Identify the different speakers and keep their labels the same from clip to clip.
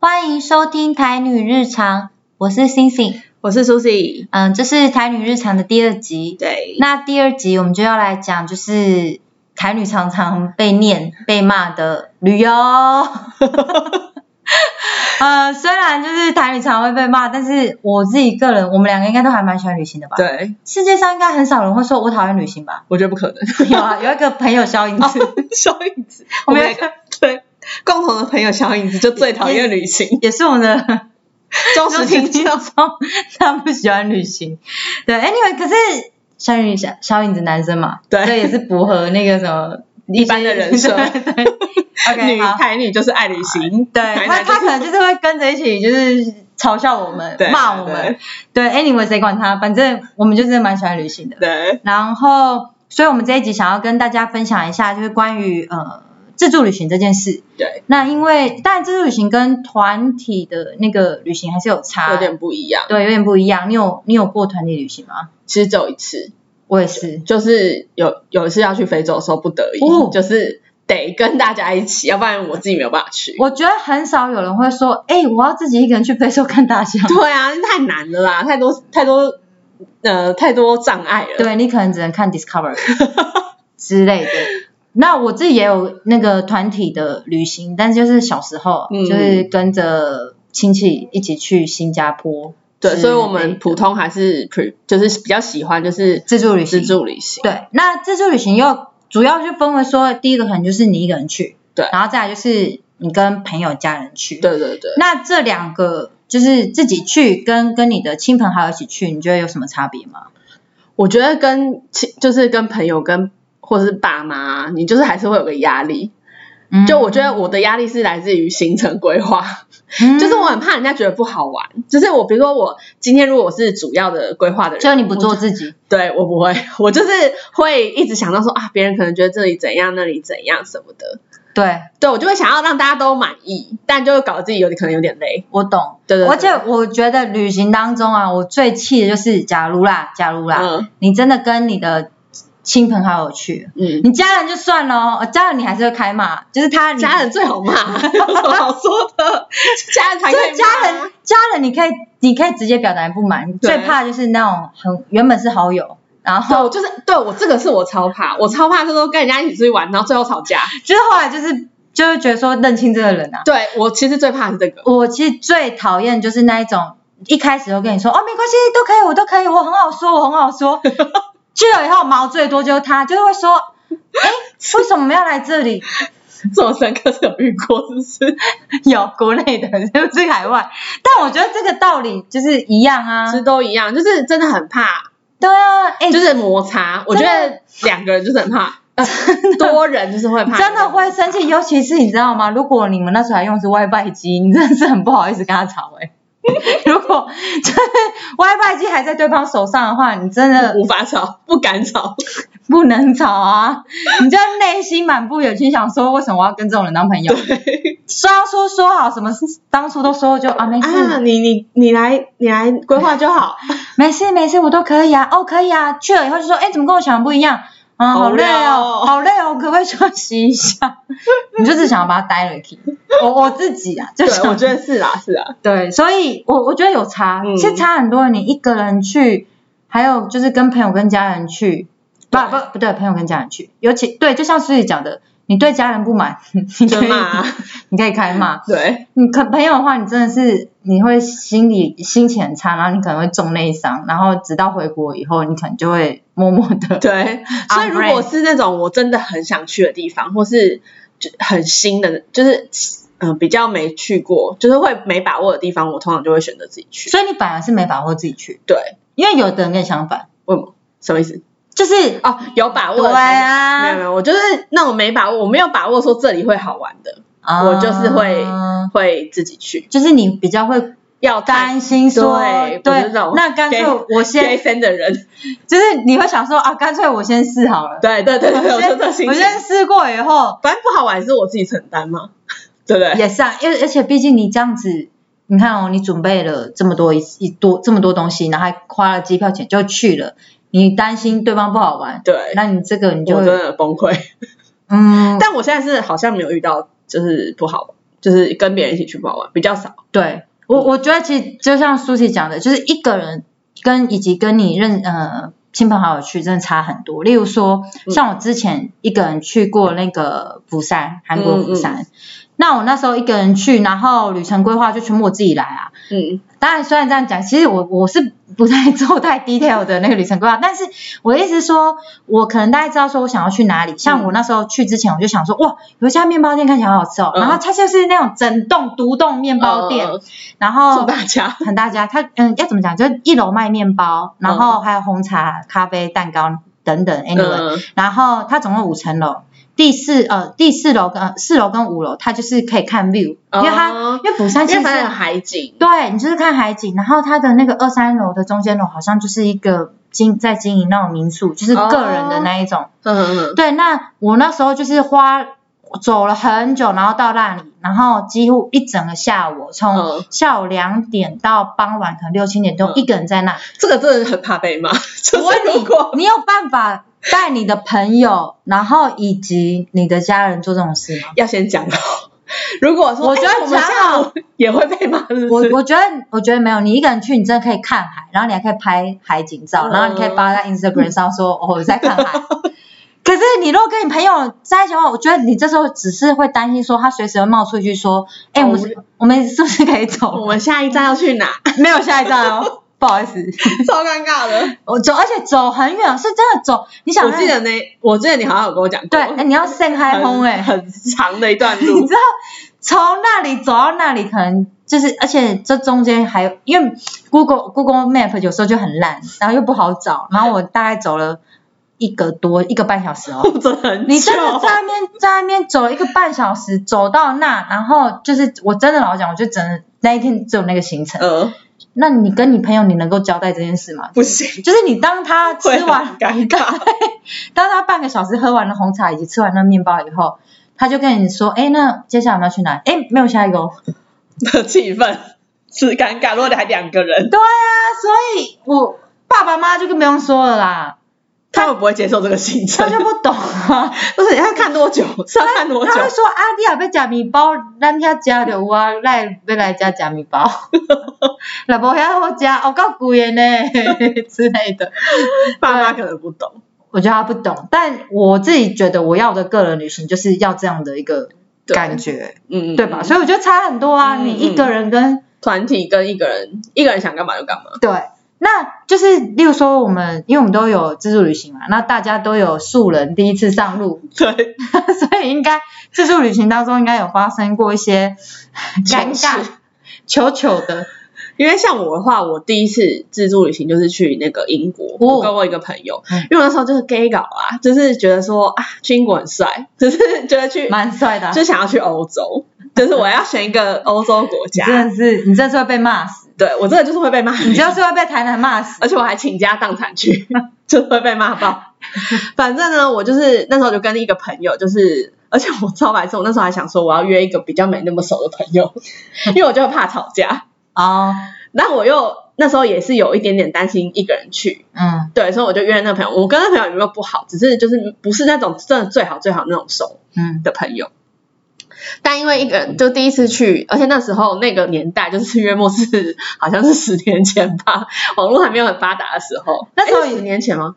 Speaker 1: 欢迎收听台女日常，我是星星。
Speaker 2: 我是 Susie。
Speaker 1: 嗯，这是台女日常的第二集。
Speaker 2: 对，
Speaker 1: 那第二集我们就要来讲，就是台女常常被念、被骂的旅游。 呃，虽然就是台女常会被骂，但是我自己个人，我们两个应该都还蛮喜欢旅行的吧？。
Speaker 2: 对，
Speaker 1: 世界上应该很少人会说我讨厌旅行吧？
Speaker 2: 我觉得不 可能。
Speaker 1: 有啊，有一个朋友肖英 子，
Speaker 2: 哦小影子，
Speaker 1: 我
Speaker 2: 我
Speaker 1: 们
Speaker 2: 们
Speaker 1: 有
Speaker 2: 对共同的朋友小影子就最讨厌旅 行，
Speaker 1: 也是我们的
Speaker 2: 忠
Speaker 1: 就
Speaker 2: 实
Speaker 1: 听
Speaker 2: 听
Speaker 1: 听
Speaker 2: 众。
Speaker 1: 众，他不喜欢旅行。对，anyway，可是小影小小影子男生嘛，
Speaker 2: 对
Speaker 1: 这也是符合那个什么一
Speaker 2: 一般的人 设
Speaker 1: 对 对
Speaker 2: 女
Speaker 1: ，OK，好，
Speaker 2: 台女就是爱旅行，
Speaker 1: 对，他
Speaker 2: 男就
Speaker 1: 他
Speaker 2: 是
Speaker 1: 可能就是会跟着一起，就是嘲笑我们
Speaker 2: 对、
Speaker 1: 骂我们。对，anyway，谁管他？反正我们就是蛮喜欢旅行的。
Speaker 2: 对
Speaker 1: 然后，所以我们这一集想要跟大家分享一下，就是关于呃自助旅行这件事。
Speaker 2: 对，
Speaker 1: 那因为当然自助旅行跟团体的那个旅行还是有差，
Speaker 2: 有点不一样。
Speaker 1: 对，有点不一样。你有你有过团体旅行吗？
Speaker 2: 其实只有一次，
Speaker 1: 我也是。
Speaker 2: 就是有有一次要去非洲的时候，不得已、
Speaker 1: 哦
Speaker 2: 就是得跟大家一起，要不然我自己没有办法去。
Speaker 1: 我觉得很少有人会说，哎、我要自己一个人去非洲看大象。
Speaker 2: 对啊，太难了啦，太多太多呃太多障碍了。
Speaker 1: 对你可能只能看 Discovery 之类的。那我自己也有那个团体的旅行，但是就是小时候，
Speaker 2: 嗯
Speaker 1: 就是跟着亲戚一起去新加坡之类
Speaker 2: 对，
Speaker 1: 的。
Speaker 2: 所以我们普通还是 pre 就是比较喜欢就是
Speaker 1: 自助旅行
Speaker 2: 自助旅行。
Speaker 1: 对，那自助旅行又主要就分为说，第一个可能就是你一个人去，
Speaker 2: 对
Speaker 1: 然后再来就是你跟朋友、家人去，
Speaker 2: 对对对，
Speaker 1: 那这两个就是自己去跟跟你的亲朋好友一起去，你觉得有什么差别吗？
Speaker 2: 我觉得跟亲就是跟朋友跟或是爸妈，啊你就是还是会有个压力。
Speaker 1: 嗯
Speaker 2: 就我觉得我的压力是来自于行程规划，
Speaker 1: 嗯
Speaker 2: 就是我很怕人家觉得不好玩。就是我比如说我今天如果我是主要的规划的人，
Speaker 1: 就你不做
Speaker 2: 我，
Speaker 1: 自己，
Speaker 2: 对我不会， 我就是会一直想到说啊，别人可能觉得这里怎样，那里怎样什么的。
Speaker 1: 对
Speaker 2: 对，我就会想要让大家都满意，但就会搞得自己有点可能有点累。
Speaker 1: 我懂。
Speaker 2: 对对对
Speaker 1: 而且我觉得旅行当中啊，我最气的就是，假如啦，假如啦，
Speaker 2: 嗯
Speaker 1: 你真的跟你的亲朋好友去，
Speaker 2: 嗯，
Speaker 1: 你家人就算了哦，呃家人你还是会开骂，就是他你
Speaker 2: 家人最好骂， 有什么好说的？家人才
Speaker 1: 就
Speaker 2: 可以
Speaker 1: 是
Speaker 2: 骂
Speaker 1: 家人，家人你可以你可以直接表达你不满，
Speaker 2: 对
Speaker 1: 最怕就是那种很原本是好友，然后
Speaker 2: 对，我哦就是对我这个是我超怕，我超怕就是说跟人家一起出去玩，然后最后吵架。
Speaker 1: 就是后来就是就会觉得说认清这个人啊，
Speaker 2: 对我其实最怕的是这个，
Speaker 1: 我其实最讨厌就是那一种一开始就跟你说哦没关系都可以我都可以我很好说我很好 说，去了以后毛最多就是他就是会说，哎为什么我们要来这里？
Speaker 2: 这么深刻是有遇过，是不是？
Speaker 1: 嗯有国内的，就是海外，但我觉得这个道理就是一样啊
Speaker 2: 其，实都一样，就是真的很怕，
Speaker 1: 对啊，哎、
Speaker 2: 就是摩擦。我觉得两个人就是很怕，多人就是会怕，
Speaker 1: 真的会生气，尤其是你知道吗？如果你们那时候还用的是 WiFi 机，你真的是很不好意思跟他吵哎、如果就是 WiFi 机还在对方手上的话，你真的
Speaker 2: 无法吵，不敢吵。
Speaker 1: 不能吵啊！你就内心满不有情，想说为什么我要跟这种人当朋友？虽然说说好什么，当初都说就啊没事、
Speaker 2: 啊，你你你来你来规划就 好，
Speaker 1: 没事没事，我都可以啊，哦可以啊。去了以后就说，哎，怎么跟我想的不一样？啊，好
Speaker 2: 好
Speaker 1: 累
Speaker 2: 累
Speaker 1: 哦
Speaker 2: 哦，
Speaker 1: 好累哦，可不可以休息一下？ 你就只想要把它待了去。我我自己啊，就
Speaker 2: 对，
Speaker 1: 想
Speaker 2: 我觉得是啦是啦，
Speaker 1: 对，所以我我觉得有差，
Speaker 2: 嗯
Speaker 1: 是差很多。你一个人去，还有就是跟朋友跟家人去，不
Speaker 2: 对
Speaker 1: 不不对，朋友跟家人去，尤其对，就像苏怡讲的，你对家人不满， 你 可
Speaker 2: 就
Speaker 1: 以
Speaker 2: 骂，啊
Speaker 1: 你可以开骂。
Speaker 2: 对
Speaker 1: 你可朋友的话，你真的是你会心里心情很差，然后你可能会重内伤，然后直到回国以后，你可能就会默默 的。
Speaker 2: 对，所以如
Speaker 1: brand
Speaker 2: 果是那种我真的很想去的地方，或是就很新的，就是嗯、呃比较没去过，就是会没把握的地方，我通常就会选择自己去。
Speaker 1: 所以你本来是没把握自己去，
Speaker 2: 对，
Speaker 1: 因为有的人跟你相反，
Speaker 2: 为什么？什么意思？
Speaker 1: 就是
Speaker 2: 哦，有把握
Speaker 1: 对
Speaker 2: 的才。
Speaker 1: 啊，
Speaker 2: 没有没有，我就是那种没把握，我没有把握说这里会好玩的，
Speaker 1: 啊
Speaker 2: 我就是会会自己去。
Speaker 1: 就是你比较会
Speaker 2: 要带
Speaker 1: 啊担心说，
Speaker 2: 对我
Speaker 1: 对
Speaker 2: 是那种
Speaker 1: 那干脆
Speaker 2: gay-
Speaker 1: 我
Speaker 2: gay
Speaker 1: 先，
Speaker 2: 生的人，
Speaker 1: 就是你会想说啊，干脆我先试好了。
Speaker 2: 对对对对，
Speaker 1: 我
Speaker 2: 我就
Speaker 1: 先
Speaker 2: 这心
Speaker 1: 我
Speaker 2: 情。
Speaker 1: 先试过以后
Speaker 2: 反正不好玩是我自己承担嘛， 对不对？
Speaker 1: 也是啊，因为而且毕竟你这样子，你看哦，你准备了这么多一一多这么多东西，然后还花了机票钱就去了，你担心对方不好玩，
Speaker 2: 对，
Speaker 1: 那你这个你就
Speaker 2: 我真
Speaker 1: 会
Speaker 2: 的崩溃。
Speaker 1: 嗯，
Speaker 2: 但我现在是好像没有遇到，就是不好，就是跟别人一起去不好玩，比较少。
Speaker 1: 对我，我觉得其实就像苏琪讲的，就是一个人跟以及跟你认呃亲朋好友去，真的差很多。例如说，
Speaker 2: 嗯
Speaker 1: 像我之前一个人去过那个釜山，韩国釜
Speaker 2: 嗯
Speaker 1: 山，那我那时候一个人去，然后旅程规划就全部我自己来啊。
Speaker 2: 嗯
Speaker 1: 当然，虽然这样讲，其实我我是不太 做太 detail 的那个旅程规划，但是我的意思是说，我可能大概知道说我想要去哪里。像我那时候去之前，我就想说，哇，有一家面包店看起来好好吃哦，
Speaker 2: 嗯
Speaker 1: 然后它就是那种整栋独栋面包店，
Speaker 2: 呃
Speaker 1: 然
Speaker 2: 祝
Speaker 1: 后
Speaker 2: 大家
Speaker 1: 很大家，它嗯要怎么讲，就是一楼卖面包，然后还有红茶、咖啡、蛋糕等等，anyway，、
Speaker 2: 嗯
Speaker 1: 然后它总共五层楼。第四呃第四楼跟、呃四楼跟五楼，它就是可以看 view，、因为它
Speaker 2: 哦
Speaker 1: 因为釜山
Speaker 2: 因
Speaker 1: 其
Speaker 2: 为
Speaker 1: 实
Speaker 2: 反正有海景，
Speaker 1: 对你就是看海景，然后它的那个二三楼的中间楼好像就是一个经在经营那种民宿，就是
Speaker 2: 哦
Speaker 1: 个人的那一种。
Speaker 2: 嗯嗯
Speaker 1: 对，那我那时候就是花走了很久，然后到那里，然后几乎一整个下午，
Speaker 2: 嗯
Speaker 1: 从下午两点到傍晚可能六七点钟，
Speaker 2: 嗯
Speaker 1: 一个人在那。
Speaker 2: 嗯，这个真的很怕被骂。 就
Speaker 1: 我问
Speaker 2: 是如果
Speaker 1: 你，你有办法带你的朋友，然后以及你的家人做这种事吗？
Speaker 2: 要先讲好，如果说
Speaker 1: 我觉得
Speaker 2: 哎我们
Speaker 1: 讲
Speaker 2: 下
Speaker 1: 好
Speaker 2: 午也会被骂，是不
Speaker 1: 我
Speaker 2: 是？
Speaker 1: 我觉得我觉得没有，你一个人去，你真的可以看海，然后你还可以拍海景照，
Speaker 2: 嗯
Speaker 1: 然后你可以发在 Instagram 上说、哦我在看海。可是你如果跟你朋友在一起的话，我觉得你这时候只是会担心说他随时会冒出一句说，
Speaker 2: 哦
Speaker 1: 哎、我们是我们是不是可以
Speaker 2: 我
Speaker 1: 走？
Speaker 2: 们下一站要去 哪？
Speaker 1: 没有下一站哦，不好意思，
Speaker 2: 超尴尬的。
Speaker 1: 我走，而且走很远，是真的走。你想
Speaker 2: 我记得那，我记得你好像有跟我讲过，
Speaker 1: 对，哎你要盛开轰哎，
Speaker 2: 很长的一段
Speaker 1: 你
Speaker 2: 路
Speaker 1: 知，道从那里走到那里，可能就是，而且这中间还有，因为 Google Google Map 有时候就很烂，然后又不好找，然后我大概走了一个多一个半小时 哦。
Speaker 2: 走真的很久。
Speaker 1: 你真的 在那边在那边走了一个半小时，走到那，然后就是我真的老实讲，我就真的那一天只有那个行程。
Speaker 2: 呃，
Speaker 1: 那你跟你朋友，你能够交代这件事吗？
Speaker 2: 不行，
Speaker 1: 就是你当他吃
Speaker 2: 会啊
Speaker 1: 完
Speaker 2: 很尴尬。
Speaker 1: 当他半个小时喝完了红茶以及吃完了面包以后，他就跟你说：“哎，那接下来我们要去哪？哎，没有下一个哦。
Speaker 2: 的气氛是尴尬。如果你还两个”人，
Speaker 1: 对啊，所以我爸爸妈妈就更不用说了 啦，
Speaker 2: 他们不会接受这个行
Speaker 1: 他
Speaker 2: 程
Speaker 1: 就。不懂啊。
Speaker 2: 不是，你要看多久？是要看多久
Speaker 1: 他？会说：“啊，你也要吃面包，咱遐食着有啊，来要来家吃面包。 若无遐好吃，哦够贵的呢 之类的。”
Speaker 2: 爸妈可能不懂。
Speaker 1: 我觉得他不懂，但我自己觉得我要的个人旅行就是要这样的一个
Speaker 2: 对
Speaker 1: 感觉，
Speaker 2: 嗯，
Speaker 1: 对吧？所以我觉得差很多啊，
Speaker 2: 嗯
Speaker 1: 你一个人跟
Speaker 2: 团体跟一个人，一个人想干嘛就干嘛。
Speaker 1: 对，那就是例如说我们，因为我们都有自助旅行嘛，那大家都有素人第一次上路，
Speaker 2: 对，
Speaker 1: 所以应该自助旅行当中应该有发生过一些 尴尬
Speaker 2: 糗事、
Speaker 1: 糗糗的，
Speaker 2: 因为像我的话，我第一次自助旅行就是去那个英国，我跟我一个朋友，
Speaker 1: 嗯
Speaker 2: 因为我那时候就是 gay 搞啊，就是觉得说啊，去英国很帅，只是觉得去
Speaker 1: 蛮帅的啊、
Speaker 2: 就想要去欧洲，就是我要选一个欧洲国
Speaker 1: 你 真
Speaker 2: 家。
Speaker 1: 的嗯是，你真的是会被骂死，
Speaker 2: 对我真的就是会被骂，
Speaker 1: 你就是会被台南骂死。
Speaker 2: 而且我还倾家荡产去， 就会被骂爆。反正呢，我就是那时候就跟一个朋友，就是而且我超白痴，我那时候还想说我要约一个比较没那么熟的朋友，因为我就怕吵架。
Speaker 1: 哦，
Speaker 2: 但我又那时候也是有一点点担心一个人去，
Speaker 1: 嗯
Speaker 2: 对，所以我就约了那个朋友。我跟那个朋友也没有不好，只是就是不是那种真的最好最好那种熟
Speaker 1: 嗯，
Speaker 2: 的朋友。但因为一个人就第一次去，而且那时候那个年代就是约莫是好像是十年前吧， 网络还没有很发达的时候。
Speaker 1: 那时候
Speaker 2: 诶是十年前吗？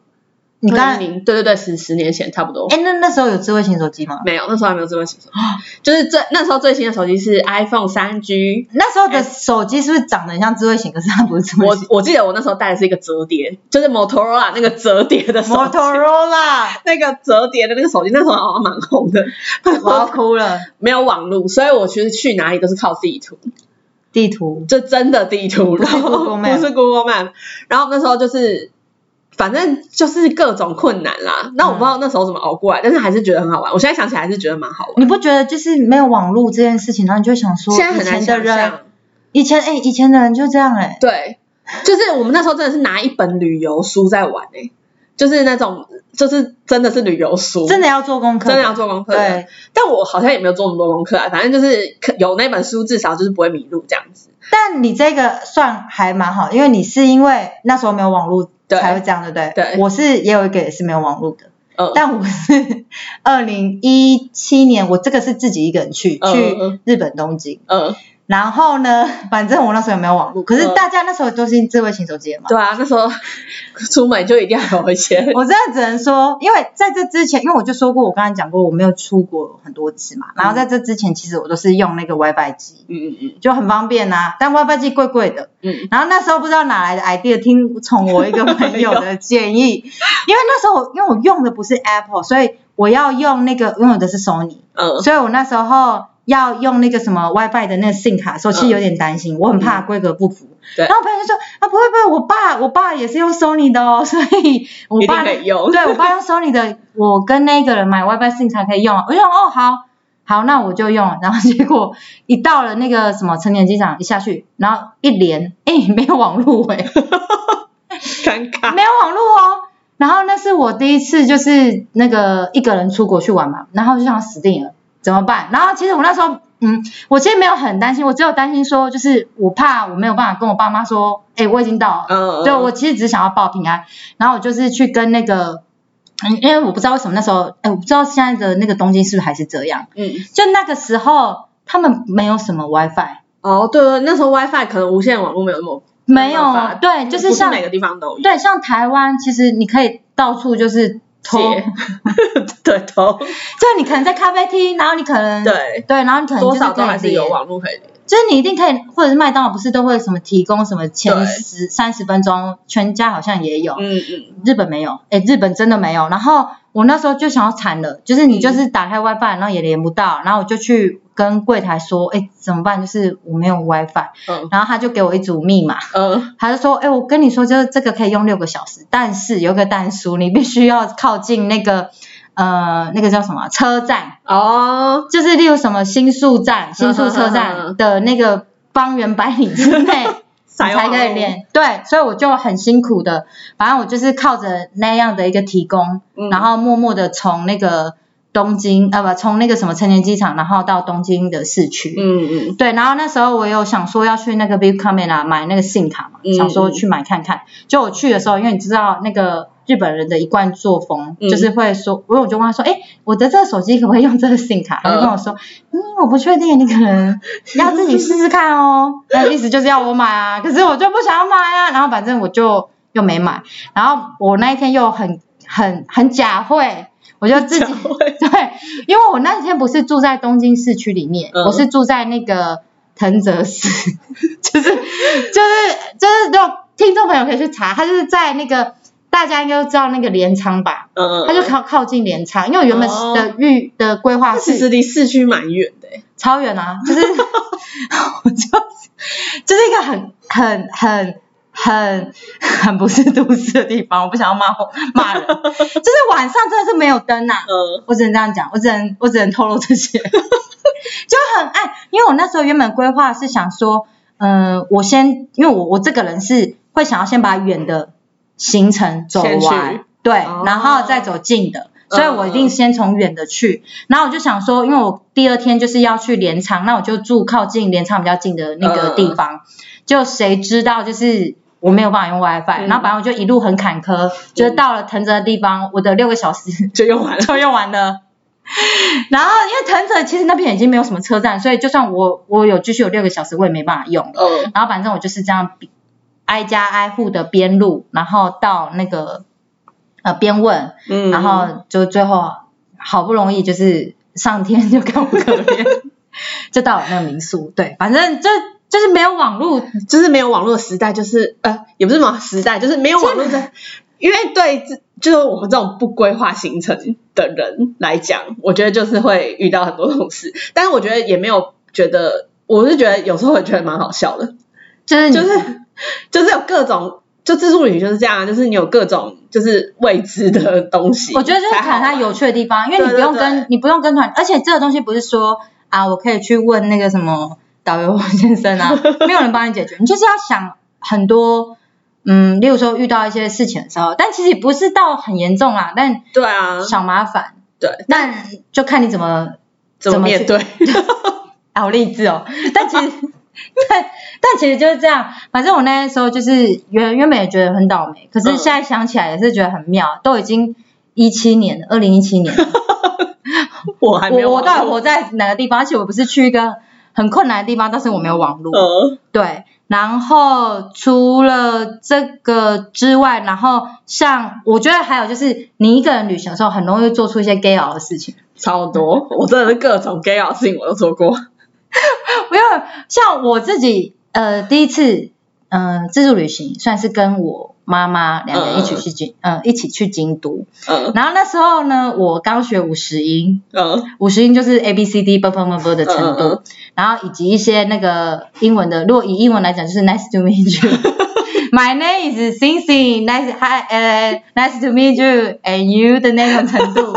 Speaker 1: 你刚才。
Speaker 2: 零对对对十十年前差不多。
Speaker 1: 哎，那那时候有智慧型手机吗？
Speaker 2: 没有，那时候还没有智慧型手机，就是最那时候最新的手机是 iPhone 三 G。
Speaker 1: 那时候的手机是不是长得很像智慧型？可是它不是智慧
Speaker 2: 哎我
Speaker 1: 型。
Speaker 2: 我记得我那时候带的是一个折叠，就是 Motorola 那个折叠的手机。
Speaker 1: Motorola，
Speaker 2: 那个折叠的那个手机，那时候好像蛮红 的。
Speaker 1: 我要哭了。
Speaker 2: 没有网络，所以我其实去哪里都是靠地图，
Speaker 1: 地图，
Speaker 2: 就真的地图，
Speaker 1: 不是
Speaker 2: 然后
Speaker 1: Google Map
Speaker 2: 不是 Google Map。然后那时候就是，反正就是各种困难啦。那我不知道
Speaker 1: 嗯
Speaker 2: 那时候怎么熬过来，但是还是觉得很好玩。我现在想起来还是觉得蛮好玩。
Speaker 1: 你不觉得就是没有网络这件事情，然后你就想说，
Speaker 2: 现在
Speaker 1: 以
Speaker 2: 很难
Speaker 1: 前的
Speaker 2: 想
Speaker 1: 人，
Speaker 2: 象，
Speaker 1: 以前哎、以前的人就这样哎、
Speaker 2: 对，就是我们那时候真的是拿一本旅游书在玩诶、就是那种，就是真的是旅游书，
Speaker 1: 真的要做功课，
Speaker 2: 真的要做功课的。
Speaker 1: 对，
Speaker 2: 但我好像也没有做那么多功课啊，反正就是可有那本书，至少就是不会迷路这样子。
Speaker 1: 但你这个算还蛮好，因为你是因为那时候没有网络
Speaker 2: 对
Speaker 1: 才会这样，对不对？
Speaker 2: 对
Speaker 1: 我是也有一个也是没有网络的，
Speaker 2: 嗯
Speaker 1: 但我是二零一七年，我这个是自己一个人去、
Speaker 2: 嗯嗯
Speaker 1: 去
Speaker 2: 嗯
Speaker 1: 日本东京，
Speaker 2: 嗯，
Speaker 1: 然后呢， 反正我那时候也没有网络，可是
Speaker 2: 嗯
Speaker 1: 大家那时候都是智慧型手机了嘛。
Speaker 2: 对啊，那时候 出门就一定要有一些，
Speaker 1: 我真的只能说，因为在这之前，因为我就说过，我刚才讲过，我没有出国很多次嘛。然后在这之前，其实我都是用那个 WiFi 机，
Speaker 2: 嗯嗯
Speaker 1: 就很方便呐、但 WiFi 机贵贵的，
Speaker 2: 嗯
Speaker 1: 然后那时候不知道哪来的 idea，听从我一个朋友的建议，因为那时候我因为我用的不是 Apple，所以我要用那个，因为我的是 Sony，
Speaker 2: 嗯
Speaker 1: 所以我那时候要用那个什么 WiFi 的那个 SIM 卡的时候，其实有点担心，我很怕规格不符。
Speaker 2: 嗯对
Speaker 1: 然后我朋友就说啊，不会不会，我爸我爸也是用 Sony 的哦，所以我爸
Speaker 2: 一定可以用
Speaker 1: 对我爸用 Sony 的，我跟那个人买 WiFi SIM 卡可以用啊，我就想哦好。好，那我就用。然后结果一到了那个什么成田机场，一下去，然后一连，哎，没有网路哎、
Speaker 2: 尴 尬，
Speaker 1: 没有网络哦。然后那是我第一次就是那个一个人出国去玩嘛，然后就想死定了，怎么办？然后其实我那时候，嗯，我其实没有很担心，我只有担心说，就是我怕我没有办法跟我爸妈说，哎、我已经到了。
Speaker 2: 嗯，
Speaker 1: 对，我其实只想要报平安，然后我就是去跟那个，嗯，因为我不知道为什么那时候，哎，我不知道现在的那个东京是不是还是这样，
Speaker 2: 嗯，
Speaker 1: 就那个时候他们没有什么 WiFi，
Speaker 2: 哦，对对，那时候 WiFi 可能无线网络没有那么
Speaker 1: 没有
Speaker 2: 没办法，
Speaker 1: 对，就是
Speaker 2: 不
Speaker 1: 像
Speaker 2: 每个地方都有，
Speaker 1: 对，像台湾，其实你可以到处就是偷，
Speaker 2: 借 对都
Speaker 1: 就你可能在咖啡厅，然后你可能
Speaker 2: 对，
Speaker 1: 对，然后你嗯可能就
Speaker 2: 多
Speaker 1: 是
Speaker 2: 少都
Speaker 1: 可以
Speaker 2: 还是有啊
Speaker 1: 连，
Speaker 2: 网络可以连，
Speaker 1: 就是你一定可以，或者是麦当劳不是都会什么提供什么前
Speaker 2: 对
Speaker 1: 十三十分钟，全家好像也有，
Speaker 2: 嗯
Speaker 1: 日本没有，哎，日本真的没有。然后我那时候就想要惨了，就是
Speaker 2: 嗯
Speaker 1: 你就是打开 WiFi，然后也连不到，然后我就去跟柜台说，哎，怎么办？就是我没有 WiFi，
Speaker 2: 嗯
Speaker 1: 然后他就给我一组密码，
Speaker 2: 嗯嗯，
Speaker 1: 他就说：“哎、我跟你说，就是这个可以用六个小时，但是有个但书，你必须要靠近那个呃，那个叫什么车站，
Speaker 2: 哦，
Speaker 1: 就是例如什么新宿站、新宿车站的那个方圆百里之内，你
Speaker 2: 哦
Speaker 1: 才可以练。对，所以我就很辛苦的，反正我就是靠着那样的一个提供，
Speaker 2: 嗯
Speaker 1: 然后默默的从那个东京啊不，从那个什么成田机场，然后到东京的市区，
Speaker 2: 嗯嗯
Speaker 1: 对，然后那时候我有想说要去那个 Big Camera 买那个信卡嘛，
Speaker 2: 嗯
Speaker 1: 想说去买看看。就我去的时候，因为你知道那个日本人的一贯作风，
Speaker 2: 嗯
Speaker 1: 就是会说，我我就问他说，哎，我的这个手机可不可以用这个信卡？他就
Speaker 2: 嗯
Speaker 1: 跟我说，嗯，我不确定，你可能 要自己试试看哦。那意思就是要我买啊，可是我就不想买啊。然后反正我就又没买。然后我那一天又很很很假会，我就自己
Speaker 2: 假会
Speaker 1: 对，因为我那天不是住在东京市区里面，
Speaker 2: 嗯
Speaker 1: 我是住在那个藤泽市， 就是就是就是，就听众朋友可以去查，他就是在那个大家应该都知道那个镰仓吧，
Speaker 2: 嗯，
Speaker 1: 他就靠靠近镰仓，因为我原本
Speaker 2: 哦
Speaker 1: 的预的规划
Speaker 2: 它其
Speaker 1: 是
Speaker 2: 实离市区蛮远的欸，
Speaker 1: 超远 啊，就是我就是就是一个很很很很很不是都市的地方，我不想要骂我骂人， 就是晚上真的是没有灯啊呐、
Speaker 2: 嗯
Speaker 1: 我只能这样讲，我只能我只能透露这些， 就很暗，因为我那时候原本规划是想说，嗯，我先，因为我我这个人是会想要先把远的行程走
Speaker 2: 先去
Speaker 1: 完，对，
Speaker 2: 哦
Speaker 1: 然后再走近的。所以我一
Speaker 2: 嗯嗯
Speaker 1: 定
Speaker 2: 嗯
Speaker 1: 先从远的去，然后我就想说，因为我第二天就是要去镰仓，那我就住靠近镰仓比较近的那个
Speaker 2: 嗯
Speaker 1: 地方。就谁知道就是我没有办法用 WiFi，、
Speaker 2: 嗯
Speaker 1: 然后反正我就一路很坎坷，就是到了藤泽的地方，我的六个小时
Speaker 2: 就用完了，
Speaker 1: 就用完了。然后因为藤泽其实那边已经没有什么车站，所以就算我我有继续有六个小时，我也没办法用。
Speaker 2: 嗯
Speaker 1: 然后反正我就是这样比挨家挨户的边录，然后到那个呃边问，
Speaker 2: 嗯，
Speaker 1: 然后就最后好不容易就是上天 就看我可怜，就到了那个民宿。对，反正就就是没有网络，
Speaker 2: 就是没有网络的时代，就是呃，也不是什么时代，就是没有网络的，因为对，这就是我们这种不规划行程的人来讲，我觉得就是会遇到很多这种事，但是我觉得也没有觉得，我是觉得有时候我觉得蛮好笑的，
Speaker 1: 就是你
Speaker 2: 就是就是有各种。就自助旅就是这样啊，就是你有各种就是未知的东西，啊
Speaker 1: 我觉得就是看它有趣的地方，因为你不用跟
Speaker 2: 对对对
Speaker 1: 你不用跟团，而且这个东西不是说啊，我可以去问那个什么导游先生 啊，没有人帮你解决，你就是要想很多，嗯，例如说遇到一些事情的时候，但其实也不是到很严重啦，但
Speaker 2: 对啊，
Speaker 1: 小麻烦，
Speaker 2: 对，
Speaker 1: 但就看你怎么
Speaker 2: 怎
Speaker 1: 怎么
Speaker 2: 么
Speaker 1: 去
Speaker 2: 面对？
Speaker 1: 好励志哦，但其实。但但其实就是这样，反正我那时候就是原原本也觉得很倒霉，可是
Speaker 2: 嗯
Speaker 1: 现在想起来也是觉得很妙，都已经一七年，二零一七年，
Speaker 2: 我还没有
Speaker 1: 我我啊
Speaker 2: 网
Speaker 1: 到底
Speaker 2: 络，
Speaker 1: 活在哪个地方？而且我不是去一个很困难的地方，但是我没有网络。
Speaker 2: 嗯
Speaker 1: 对，然后除了这个之外，然后像我觉得还有就是，你一个人旅行的时候，很容易做出一些 gay 佬的事情。
Speaker 2: 超多，我真的是各种 gay 佬事情我都做过，
Speaker 1: 没有，像我自己，呃，第一次，呃，自助旅行算是跟我妈妈两个人一起去京，呃，一起去京都。
Speaker 2: 嗯
Speaker 1: 然后那时候呢，我刚学五十音，
Speaker 2: 嗯
Speaker 1: 五十音就是 A B C D 啵啵啵啵的程度，
Speaker 2: 嗯嗯嗯
Speaker 1: 然后以及一些那个英文的，如果以英文来讲，就是 Nice to meet you。My name is Sing Sing, nice hi，呃、nice to meet you and you 的那种程 度，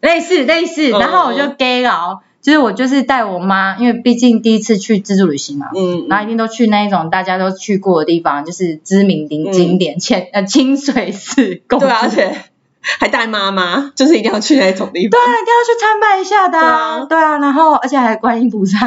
Speaker 1: 类似类似。
Speaker 2: 嗯
Speaker 1: 然后我就
Speaker 2: 嗯
Speaker 1: gay 佬，就是我就是带我妈，因为毕竟第一次去自助旅行嘛，
Speaker 2: 嗯，
Speaker 1: 然后一定都去那一种大家都去过的地方，就是知名景
Speaker 2: 嗯
Speaker 1: 景点，浅、呃清水寺宫
Speaker 2: 对啊，而
Speaker 1: 对
Speaker 2: 且 还带妈妈，就是一定要去那种 地方，
Speaker 1: 啊，一定要去参拜一下的啊，对啊，然后而且还观音菩萨，